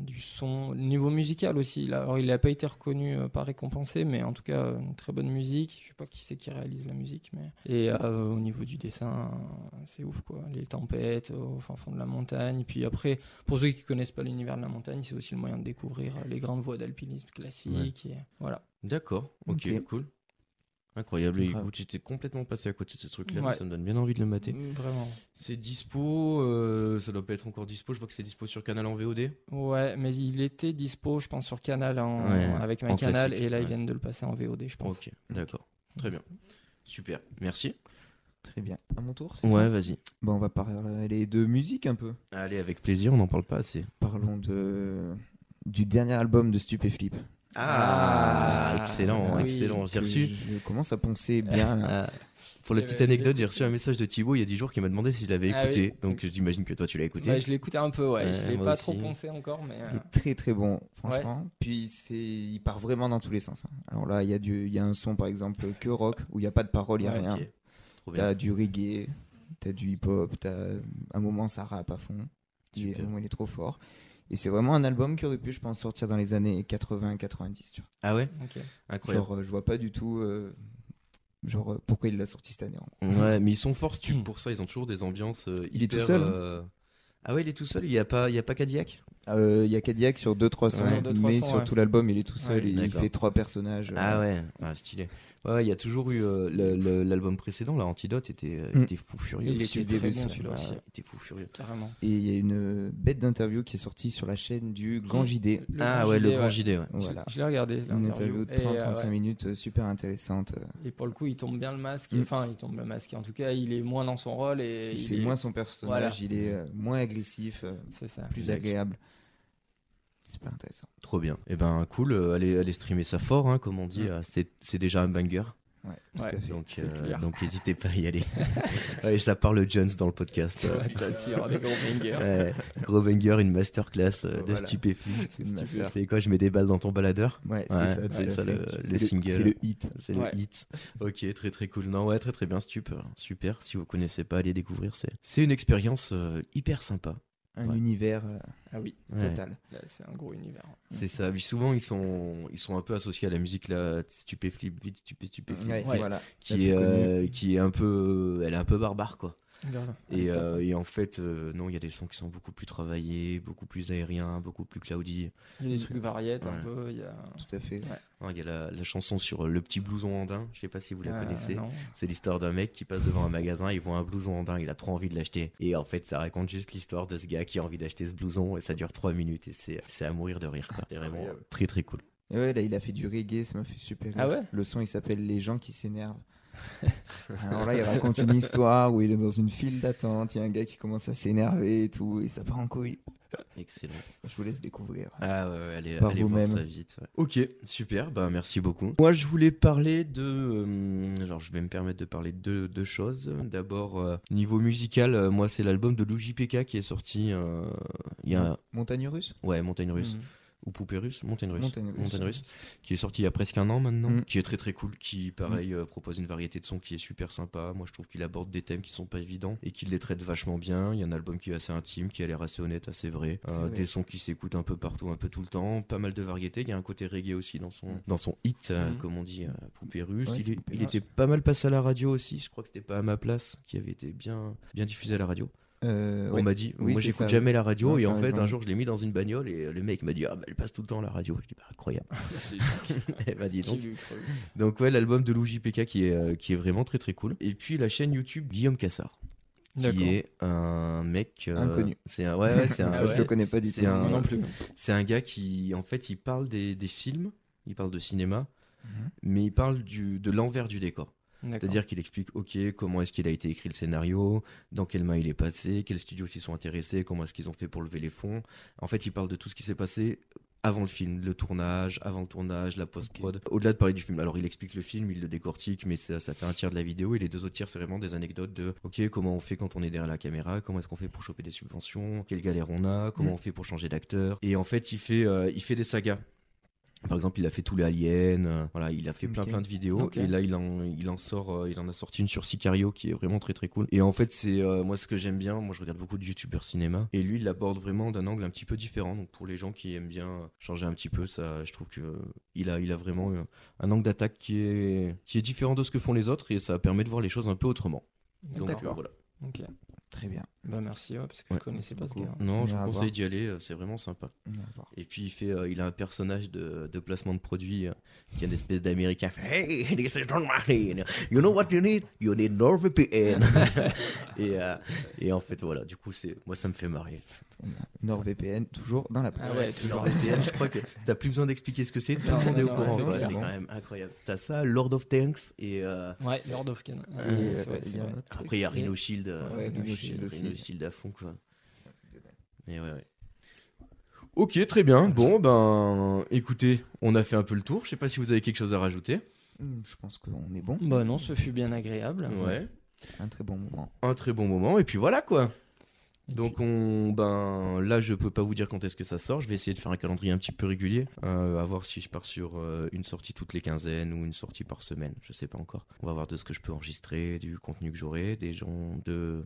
[SPEAKER 2] du son, niveau musical aussi. Il a- alors, il n'a pas été reconnu, euh, pas récompensé, mais en tout cas, euh, une très bonne musique. Je sais pas qui c'est qui réalise la musique, mais. Et euh, au niveau du dessin, euh, c'est ouf, quoi. Les tempêtes euh, au fin fond de la montagne. Puis après, pour ceux qui connaissent pas l'univers de la montagne, c'est aussi le moyen de découvrir euh, les grandes voies d'alpinisme classique. Et voilà.
[SPEAKER 1] D'accord. Ok.
[SPEAKER 3] Ok.
[SPEAKER 1] Cool. Incroyable. Et
[SPEAKER 3] Bravo.
[SPEAKER 1] Écoute, j'étais complètement passé à côté de ce truc-là. mais
[SPEAKER 2] Ouais. Mm.
[SPEAKER 1] Ça me donne bien envie de le mater.
[SPEAKER 2] Vraiment.
[SPEAKER 1] C'est dispo. euh, ça doit pas être encore dispo. Je vois que c'est dispo sur Canal en VOD.
[SPEAKER 2] Ouais, mais il était dispo, je pense, sur Canal en-
[SPEAKER 1] Ouais,
[SPEAKER 2] avec
[SPEAKER 1] en
[SPEAKER 2] MyCanal, Canal,
[SPEAKER 1] classique,
[SPEAKER 2] et là
[SPEAKER 1] ouais.
[SPEAKER 2] ils viennent de le passer en VOD, je pense.
[SPEAKER 1] Ok. D'accord. Très bien. Super. Merci.
[SPEAKER 3] Très Eh bien. À mon tour, c'est
[SPEAKER 1] Ouais,
[SPEAKER 3] ça
[SPEAKER 1] vas-y.
[SPEAKER 3] Bon, on va parler de musique un peu.
[SPEAKER 1] Allez, avec plaisir. On n'en parle pas assez.
[SPEAKER 3] Parlons de du dernier album de Stupéflip.
[SPEAKER 1] Ah,
[SPEAKER 2] Ah,
[SPEAKER 1] excellent,
[SPEAKER 2] oui.
[SPEAKER 1] excellent. J'ai
[SPEAKER 3] Que
[SPEAKER 1] reçu.
[SPEAKER 3] Je commence à penser bien. là.
[SPEAKER 1] Ah. Pour la
[SPEAKER 2] Eh ben,
[SPEAKER 1] petite
[SPEAKER 2] je l'ai
[SPEAKER 1] anecdote, j'ai
[SPEAKER 2] écouté.
[SPEAKER 1] reçu un message de Thibaut il y a 10 jours qui m'a demandé si je l'avais
[SPEAKER 2] Ah oui.
[SPEAKER 1] écouté. Donc j'imagine que toi tu l'as écouté.
[SPEAKER 2] Bah, je l'écoutais un peu, ouais. je
[SPEAKER 1] Ouais,
[SPEAKER 2] l'ai
[SPEAKER 1] moi
[SPEAKER 2] pas
[SPEAKER 1] aussi.
[SPEAKER 2] trop pensé encore, mais. euh,
[SPEAKER 3] Il est très très bon, franchement. Puis c'est, il part vraiment dans tous les sens. hein. Alors là, il y a du, il y a un son par exemple que rock où il n'y a pas de parole, il y a
[SPEAKER 2] Ouais,
[SPEAKER 3] rien.
[SPEAKER 1] Ok. Trop bien.
[SPEAKER 3] T'as du reggae, t'as du hip-hop, t'as un moment ça rappe à fond. Il est,
[SPEAKER 1] Super.
[SPEAKER 3] vraiment, il est trop fort. Et c'est vraiment un album qui aurait pu, je pense, sortir dans les années 80-90. tu vois.
[SPEAKER 1] Ah ouais
[SPEAKER 2] ok.
[SPEAKER 1] Incroyable.
[SPEAKER 3] Genre, euh, je vois pas du tout, euh, genre, euh, pourquoi il l'a sorti cette année. en gros.
[SPEAKER 1] Ouais, mais ils sont forts tu,
[SPEAKER 2] Hmm.
[SPEAKER 1] pour ça. Ils ont toujours des ambiances. euh,
[SPEAKER 3] Il est
[SPEAKER 1] hyper,
[SPEAKER 3] tout seul, hein.
[SPEAKER 1] euh, Ah ouais, il est tout seul. Il n'y a pas, il y a pas Cadillac.
[SPEAKER 3] Euh, Il y a Cadillac sur 2-3 sons,
[SPEAKER 1] Ouais.
[SPEAKER 2] Sur 2-3
[SPEAKER 3] mais
[SPEAKER 2] sons,
[SPEAKER 3] sur
[SPEAKER 2] ouais.
[SPEAKER 3] tout l'album, il est tout seul
[SPEAKER 2] Ouais,
[SPEAKER 3] et il
[SPEAKER 1] d'accord.
[SPEAKER 3] fait trois personnages. euh,
[SPEAKER 1] Ah ouais, ah, stylé. Ouais, ouais, il y a toujours eu euh, le- le- l'album précédent, là, Antidote, était, euh,
[SPEAKER 3] Hmm.
[SPEAKER 1] était fou furieux.
[SPEAKER 2] Il
[SPEAKER 1] aussi.
[SPEAKER 2] était
[SPEAKER 1] C'était
[SPEAKER 2] très
[SPEAKER 1] début,
[SPEAKER 2] bon,
[SPEAKER 1] ça.
[SPEAKER 2] celui-là
[SPEAKER 1] Ouais,
[SPEAKER 2] aussi.
[SPEAKER 1] Il était fou furieux.
[SPEAKER 2] Carrément.
[SPEAKER 3] Et il y a une euh, bête d'interview qui est sortie sur la chaîne du Grand JD.
[SPEAKER 2] Le
[SPEAKER 1] ah ouais, le
[SPEAKER 2] gilet,
[SPEAKER 1] grand gilet, ouais.
[SPEAKER 2] Je-
[SPEAKER 3] Voilà.
[SPEAKER 2] Je l'ai regardé,
[SPEAKER 3] Une
[SPEAKER 2] l'interview.
[SPEAKER 3] interview de
[SPEAKER 2] Et, euh,
[SPEAKER 3] 30-35
[SPEAKER 2] ouais.
[SPEAKER 3] minutes, euh, super intéressante. euh.
[SPEAKER 2] Et pour le coup, il tombe bien le masque.
[SPEAKER 3] Mm.
[SPEAKER 2] Enfin, il tombe le masque. En tout cas, il est moins dans son rôle et
[SPEAKER 3] Il,
[SPEAKER 2] il
[SPEAKER 3] fait
[SPEAKER 2] est-
[SPEAKER 3] moins son personnage,
[SPEAKER 2] Voilà.
[SPEAKER 3] il est euh, moins agressif, euh,
[SPEAKER 2] C'est ça.
[SPEAKER 3] plus
[SPEAKER 1] Exact.
[SPEAKER 3] agréable. Super intéressant.
[SPEAKER 1] Trop bien. Et ben, cool. euh, allez, allez streamer ça fort, hein, comme on dit.
[SPEAKER 2] Mm.
[SPEAKER 3] Hmm.
[SPEAKER 1] euh, c'est c'est déjà un banger.
[SPEAKER 3] Ouais, tout
[SPEAKER 2] Ouais.
[SPEAKER 3] à fait.
[SPEAKER 1] Donc,
[SPEAKER 2] C'est
[SPEAKER 1] euh,
[SPEAKER 2] clair.
[SPEAKER 1] donc n'hésitez pas à y aller. et ça parle Jones dans le podcast.
[SPEAKER 2] Ouais, t'as aussi, alors, des gros bangers.
[SPEAKER 1] Ouais, gros banger, une masterclass euh, de
[SPEAKER 3] Voilà.
[SPEAKER 1] stupéflip.
[SPEAKER 3] Master.
[SPEAKER 1] C'est quoi, je mets des balles dans ton baladeur
[SPEAKER 3] Ouais,
[SPEAKER 1] Ouais,
[SPEAKER 3] c'est ça, tout
[SPEAKER 1] c'est
[SPEAKER 3] à
[SPEAKER 1] ça,
[SPEAKER 3] fait.
[SPEAKER 1] le- le
[SPEAKER 3] C'est
[SPEAKER 1] single.
[SPEAKER 3] C'est le hit.
[SPEAKER 1] C'est
[SPEAKER 2] Ouais.
[SPEAKER 1] le hit. Ok, très très cool. Non, ouais, très très bien, super. Super, si vous connaissez pas, allez découvrir. C'est c'est une expérience euh, hyper sympa.
[SPEAKER 3] Un
[SPEAKER 1] Ouais.
[SPEAKER 3] univers euh,
[SPEAKER 2] Ah oui,
[SPEAKER 1] Ouais.
[SPEAKER 3] total.
[SPEAKER 2] là, c'est un gros univers.
[SPEAKER 1] C'est ça. Puis souvent, ils sont, ils sont un peu associés à la musique là, stupéflip, vite, stupé, stupéflip,
[SPEAKER 3] Ouais,
[SPEAKER 2] Ouais.
[SPEAKER 3] Voilà. la
[SPEAKER 1] qui,
[SPEAKER 3] plus
[SPEAKER 1] est, euh, qui est un peu. Elle est un peu barbare, quoi.
[SPEAKER 2] Grave.
[SPEAKER 1] Et,
[SPEAKER 2] Attends,
[SPEAKER 1] euh, et en fait, euh, non, il y a des sons qui sont beaucoup plus travaillés, beaucoup plus aériens, beaucoup plus cloudy.
[SPEAKER 2] Il y a des trucs variétés
[SPEAKER 1] Ouais.
[SPEAKER 2] un peu. Il y a.
[SPEAKER 3] Tout à fait.
[SPEAKER 1] Hein, Il y a la, la chanson sur le petit blouson andin, je sais pas si vous la
[SPEAKER 2] Ah,
[SPEAKER 1] connaissez.
[SPEAKER 2] non.
[SPEAKER 1] C'est l'histoire d'un mec qui passe devant un magasin, il voit un blouson andin, il a trop envie de l'acheter. Et en fait, ça raconte juste l'histoire de ce gars qui a envie d'acheter ce blouson et ça dure 3 minutes et c'est c'est à mourir de rire. quoi. C'est vraiment
[SPEAKER 3] Incroyable.
[SPEAKER 1] très très cool.
[SPEAKER 3] Et ouais, là, il a fait du reggae, ça m'a fait super rire.
[SPEAKER 2] Ah ouais
[SPEAKER 3] Le son, il s'appelle Les gens qui s'énervent. Alors là, il raconte une histoire où il est dans une file d'attente, il y a un gars qui commence à s'énerver et tout, et ça part en couille.
[SPEAKER 1] Excellent.
[SPEAKER 3] Je vous laisse découvrir.
[SPEAKER 1] Ah ouais, ouais, allez,
[SPEAKER 3] Par
[SPEAKER 1] allez voir
[SPEAKER 3] vous-même.
[SPEAKER 1] ça vite. ouais. Ok, super, bah merci beaucoup. Moi je voulais parler de... euh, genre je vais me permettre de parler de deux, deux choses. D'abord, euh, niveau musical, euh, moi c'est l'album de Luigi PK qui est sorti euh, il y a...
[SPEAKER 3] Montagne russe
[SPEAKER 1] Ouais, Montagne Russe.
[SPEAKER 2] Mhm.
[SPEAKER 1] ou Poupée russe, Montagne russe.
[SPEAKER 3] Montagne russe.
[SPEAKER 1] Montagne russe, qui est sorti il y a presque un an maintenant,
[SPEAKER 3] Mm.
[SPEAKER 1] qui est très très cool, qui pareil euh, propose une variété de sons qui est super sympa. Moi je trouve qu'il aborde des thèmes qui sont pas évidents et qu'il les traite vachement bien. Il y a un album qui est assez intime, qui a l'air assez honnête, assez vrai.
[SPEAKER 3] C'est
[SPEAKER 1] Euh,
[SPEAKER 3] vrai.
[SPEAKER 1] Des sons qui s'écoutent un peu partout, un peu tout le temps, pas mal de variétés. Il y a un côté reggae aussi dans son,
[SPEAKER 3] Mm.
[SPEAKER 1] dans son hit, euh,
[SPEAKER 2] Mm.
[SPEAKER 1] comme on dit, euh, Poupée russe.
[SPEAKER 3] Ouais,
[SPEAKER 1] il
[SPEAKER 3] c'est
[SPEAKER 1] est-
[SPEAKER 3] Poupée
[SPEAKER 1] il
[SPEAKER 3] russe.
[SPEAKER 1] était pas mal passé à la radio aussi, je crois que c'était pas à ma place, qui avait été bien, bien diffusé à la radio.
[SPEAKER 3] Euh,
[SPEAKER 1] On
[SPEAKER 3] ouais.
[SPEAKER 1] m'a dit,
[SPEAKER 3] Oui,
[SPEAKER 1] moi
[SPEAKER 3] c'est
[SPEAKER 1] j'écoute
[SPEAKER 3] ça.
[SPEAKER 1] jamais la radio,
[SPEAKER 3] Non,
[SPEAKER 1] et
[SPEAKER 3] t'as
[SPEAKER 1] en fait
[SPEAKER 3] raison.
[SPEAKER 1] un jour je l'ai mis dans une bagnole, et le mec m'a dit, ah bah elle passe tout le temps la radio. Je dis, bah incroyable. Elle m'a dit
[SPEAKER 2] Qui
[SPEAKER 1] donc.
[SPEAKER 2] lui creux.
[SPEAKER 1] Donc ouais, l'album de Lou JPK qui est, euh, qui est vraiment très très cool. Et puis la chaîne YouTube Guillaume Cassard,
[SPEAKER 2] D'accord.
[SPEAKER 1] qui est un mec... euh,
[SPEAKER 3] Inconnu.
[SPEAKER 1] C'est un, ouais, ouais, c'est un,
[SPEAKER 2] Ah ouais. Je
[SPEAKER 1] c'est-
[SPEAKER 3] le connais pas du
[SPEAKER 1] c'est
[SPEAKER 3] tout.
[SPEAKER 1] un-
[SPEAKER 2] Moi non plus.
[SPEAKER 1] c'est un gars qui, en fait, il parle des, des films, il parle de cinéma,
[SPEAKER 3] Mhm.
[SPEAKER 1] mais il parle du, de l'envers du décor.
[SPEAKER 2] D'accord.
[SPEAKER 1] C'est-à-dire qu'il explique, ok, comment est-ce qu'il a été écrit le scénario, dans quelle main il est passé, quels studios s'y sont intéressés, comment est-ce qu'ils ont fait pour lever les fonds. En fait, il parle de tout ce qui s'est passé avant le film, le tournage, avant le tournage, la post-prod. Au-delà de parler du film, alors il explique le film, il le décortique, mais ça, ça fait un tiers de la vidéo et les deux autres tiers, c'est vraiment des anecdotes de, ok, comment on fait quand on est derrière la caméra, comment est-ce qu'on fait pour choper des subventions, quelle galère on a, comment
[SPEAKER 3] Mm.
[SPEAKER 1] on fait pour changer d'acteur. Et en fait, il fait, euh, il fait des sagas. Par exemple, il a fait tous les aliens, euh, voilà, il a fait plein
[SPEAKER 3] Ok.
[SPEAKER 1] plein de vidéos
[SPEAKER 2] Ok.
[SPEAKER 1] et là il en, il en sort euh, il en a sorti une sur Sicario qui est vraiment très très cool. Et en fait, c'est euh, moi ce que j'aime bien, moi je regarde beaucoup de youtubeurs cinéma et lui il l'aborde vraiment d'un angle un petit peu différent. Donc pour les gens qui aiment bien euh, changer un petit peu ça, je trouve que euh, il a il a vraiment euh, un angle d'attaque qui est qui est différent de ce que font les autres et ça permet de voir les choses un peu autrement. Donc
[SPEAKER 2] D'accord.
[SPEAKER 1] euh, voilà.
[SPEAKER 2] Ok.
[SPEAKER 3] Très bien.
[SPEAKER 2] Bah merci, ouais, parce que
[SPEAKER 1] Ouais.
[SPEAKER 2] je connaissais pas ce
[SPEAKER 3] Beaucoup.
[SPEAKER 2] gars.
[SPEAKER 1] Non,
[SPEAKER 3] On
[SPEAKER 1] je
[SPEAKER 3] ira
[SPEAKER 1] vous
[SPEAKER 3] voir.
[SPEAKER 1] conseille d'y aller, euh, c'est vraiment sympa.
[SPEAKER 3] On va voir.
[SPEAKER 1] Et puis il fait, euh, il a un personnage de, de placement de produit euh, qui est une espèce d'américain. Fait, Hey, this is Don Martin. You know what you need? You need NordVPN. et, euh, et en fait voilà, du coup c'est, moi ça me fait marrer.
[SPEAKER 3] Très bien. NordVPN, toujours dans la
[SPEAKER 2] Ah
[SPEAKER 3] presse.
[SPEAKER 2] ouais, toujours.
[SPEAKER 1] NordVPN, je crois que t'as plus besoin d'expliquer ce que c'est, tout
[SPEAKER 2] Non,
[SPEAKER 1] le monde est
[SPEAKER 2] non,
[SPEAKER 1] au
[SPEAKER 2] non,
[SPEAKER 1] courant.
[SPEAKER 2] c'est
[SPEAKER 1] quoi.
[SPEAKER 2] vrai,
[SPEAKER 1] C'est
[SPEAKER 2] c'est
[SPEAKER 1] quand
[SPEAKER 3] bon.
[SPEAKER 1] même incroyable. T'as ça, Lord of Tanks et euh,
[SPEAKER 2] Ouais, Lord of Ken.
[SPEAKER 3] Et,
[SPEAKER 2] Ah,
[SPEAKER 3] euh,
[SPEAKER 2] c'est vrai,
[SPEAKER 3] il
[SPEAKER 2] c'est
[SPEAKER 3] y a
[SPEAKER 2] vrai.
[SPEAKER 3] un autre truc.
[SPEAKER 1] après il y a
[SPEAKER 2] Et-
[SPEAKER 1] Rhino Shield. euh,
[SPEAKER 3] Ouais, Rhino Shield aussi.
[SPEAKER 1] Rhino Shield à fond quoi. Mais ouais, ouais. Ok, très bien. Bon, ben, écoutez, on a fait un peu le tour. Je sais pas si vous avez quelque chose à rajouter.
[SPEAKER 3] Hum, Je pense qu'on est bon.
[SPEAKER 2] Bah non, ce fut bien agréable.
[SPEAKER 1] Ouais.
[SPEAKER 3] Un très bon moment.
[SPEAKER 1] Un très bon moment. Et puis voilà quoi.
[SPEAKER 2] Et
[SPEAKER 1] Donc on, ben, là, je peux pas vous dire quand est-ce que ça sort. Je vais essayer de faire un calendrier un petit peu régulier, euh, à voir si je pars sur euh, une sortie toutes les quinzaines ou une sortie par semaine. Je sais pas encore. On va voir de ce que je peux enregistrer, du contenu que j'aurai, des gens de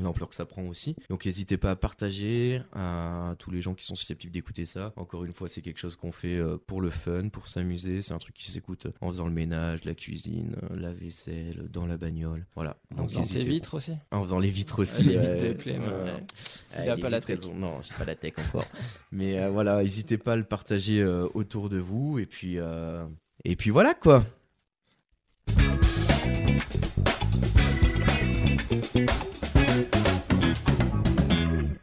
[SPEAKER 1] l'ampleur que ça prend aussi. Donc n'hésitez pas à partager à tous les gens qui sont susceptibles d'écouter ça. Encore une fois, c'est quelque chose qu'on fait euh, pour le fun, pour s'amuser. C'est un truc qui s'écoute en faisant le ménage, la cuisine, euh, la vaisselle, dans la bagnole. Voilà.
[SPEAKER 2] En
[SPEAKER 1] Donc,
[SPEAKER 2] faisant tes
[SPEAKER 1] n'hésitez-
[SPEAKER 2] vitres aussi.
[SPEAKER 1] ah, En faisant les vitres aussi.
[SPEAKER 2] Les vitres
[SPEAKER 1] ouais.
[SPEAKER 2] de Clem,
[SPEAKER 1] Euh,
[SPEAKER 2] ouais.
[SPEAKER 1] euh,
[SPEAKER 2] Il a
[SPEAKER 1] les
[SPEAKER 2] pas la
[SPEAKER 1] vitres,
[SPEAKER 2] tech.
[SPEAKER 1] elles ont- Non, j'ai pas la tech encore. Mais euh, voilà, n'hésitez pas à le partager euh, autour de vous. Et puis, euh, et puis voilà quoi.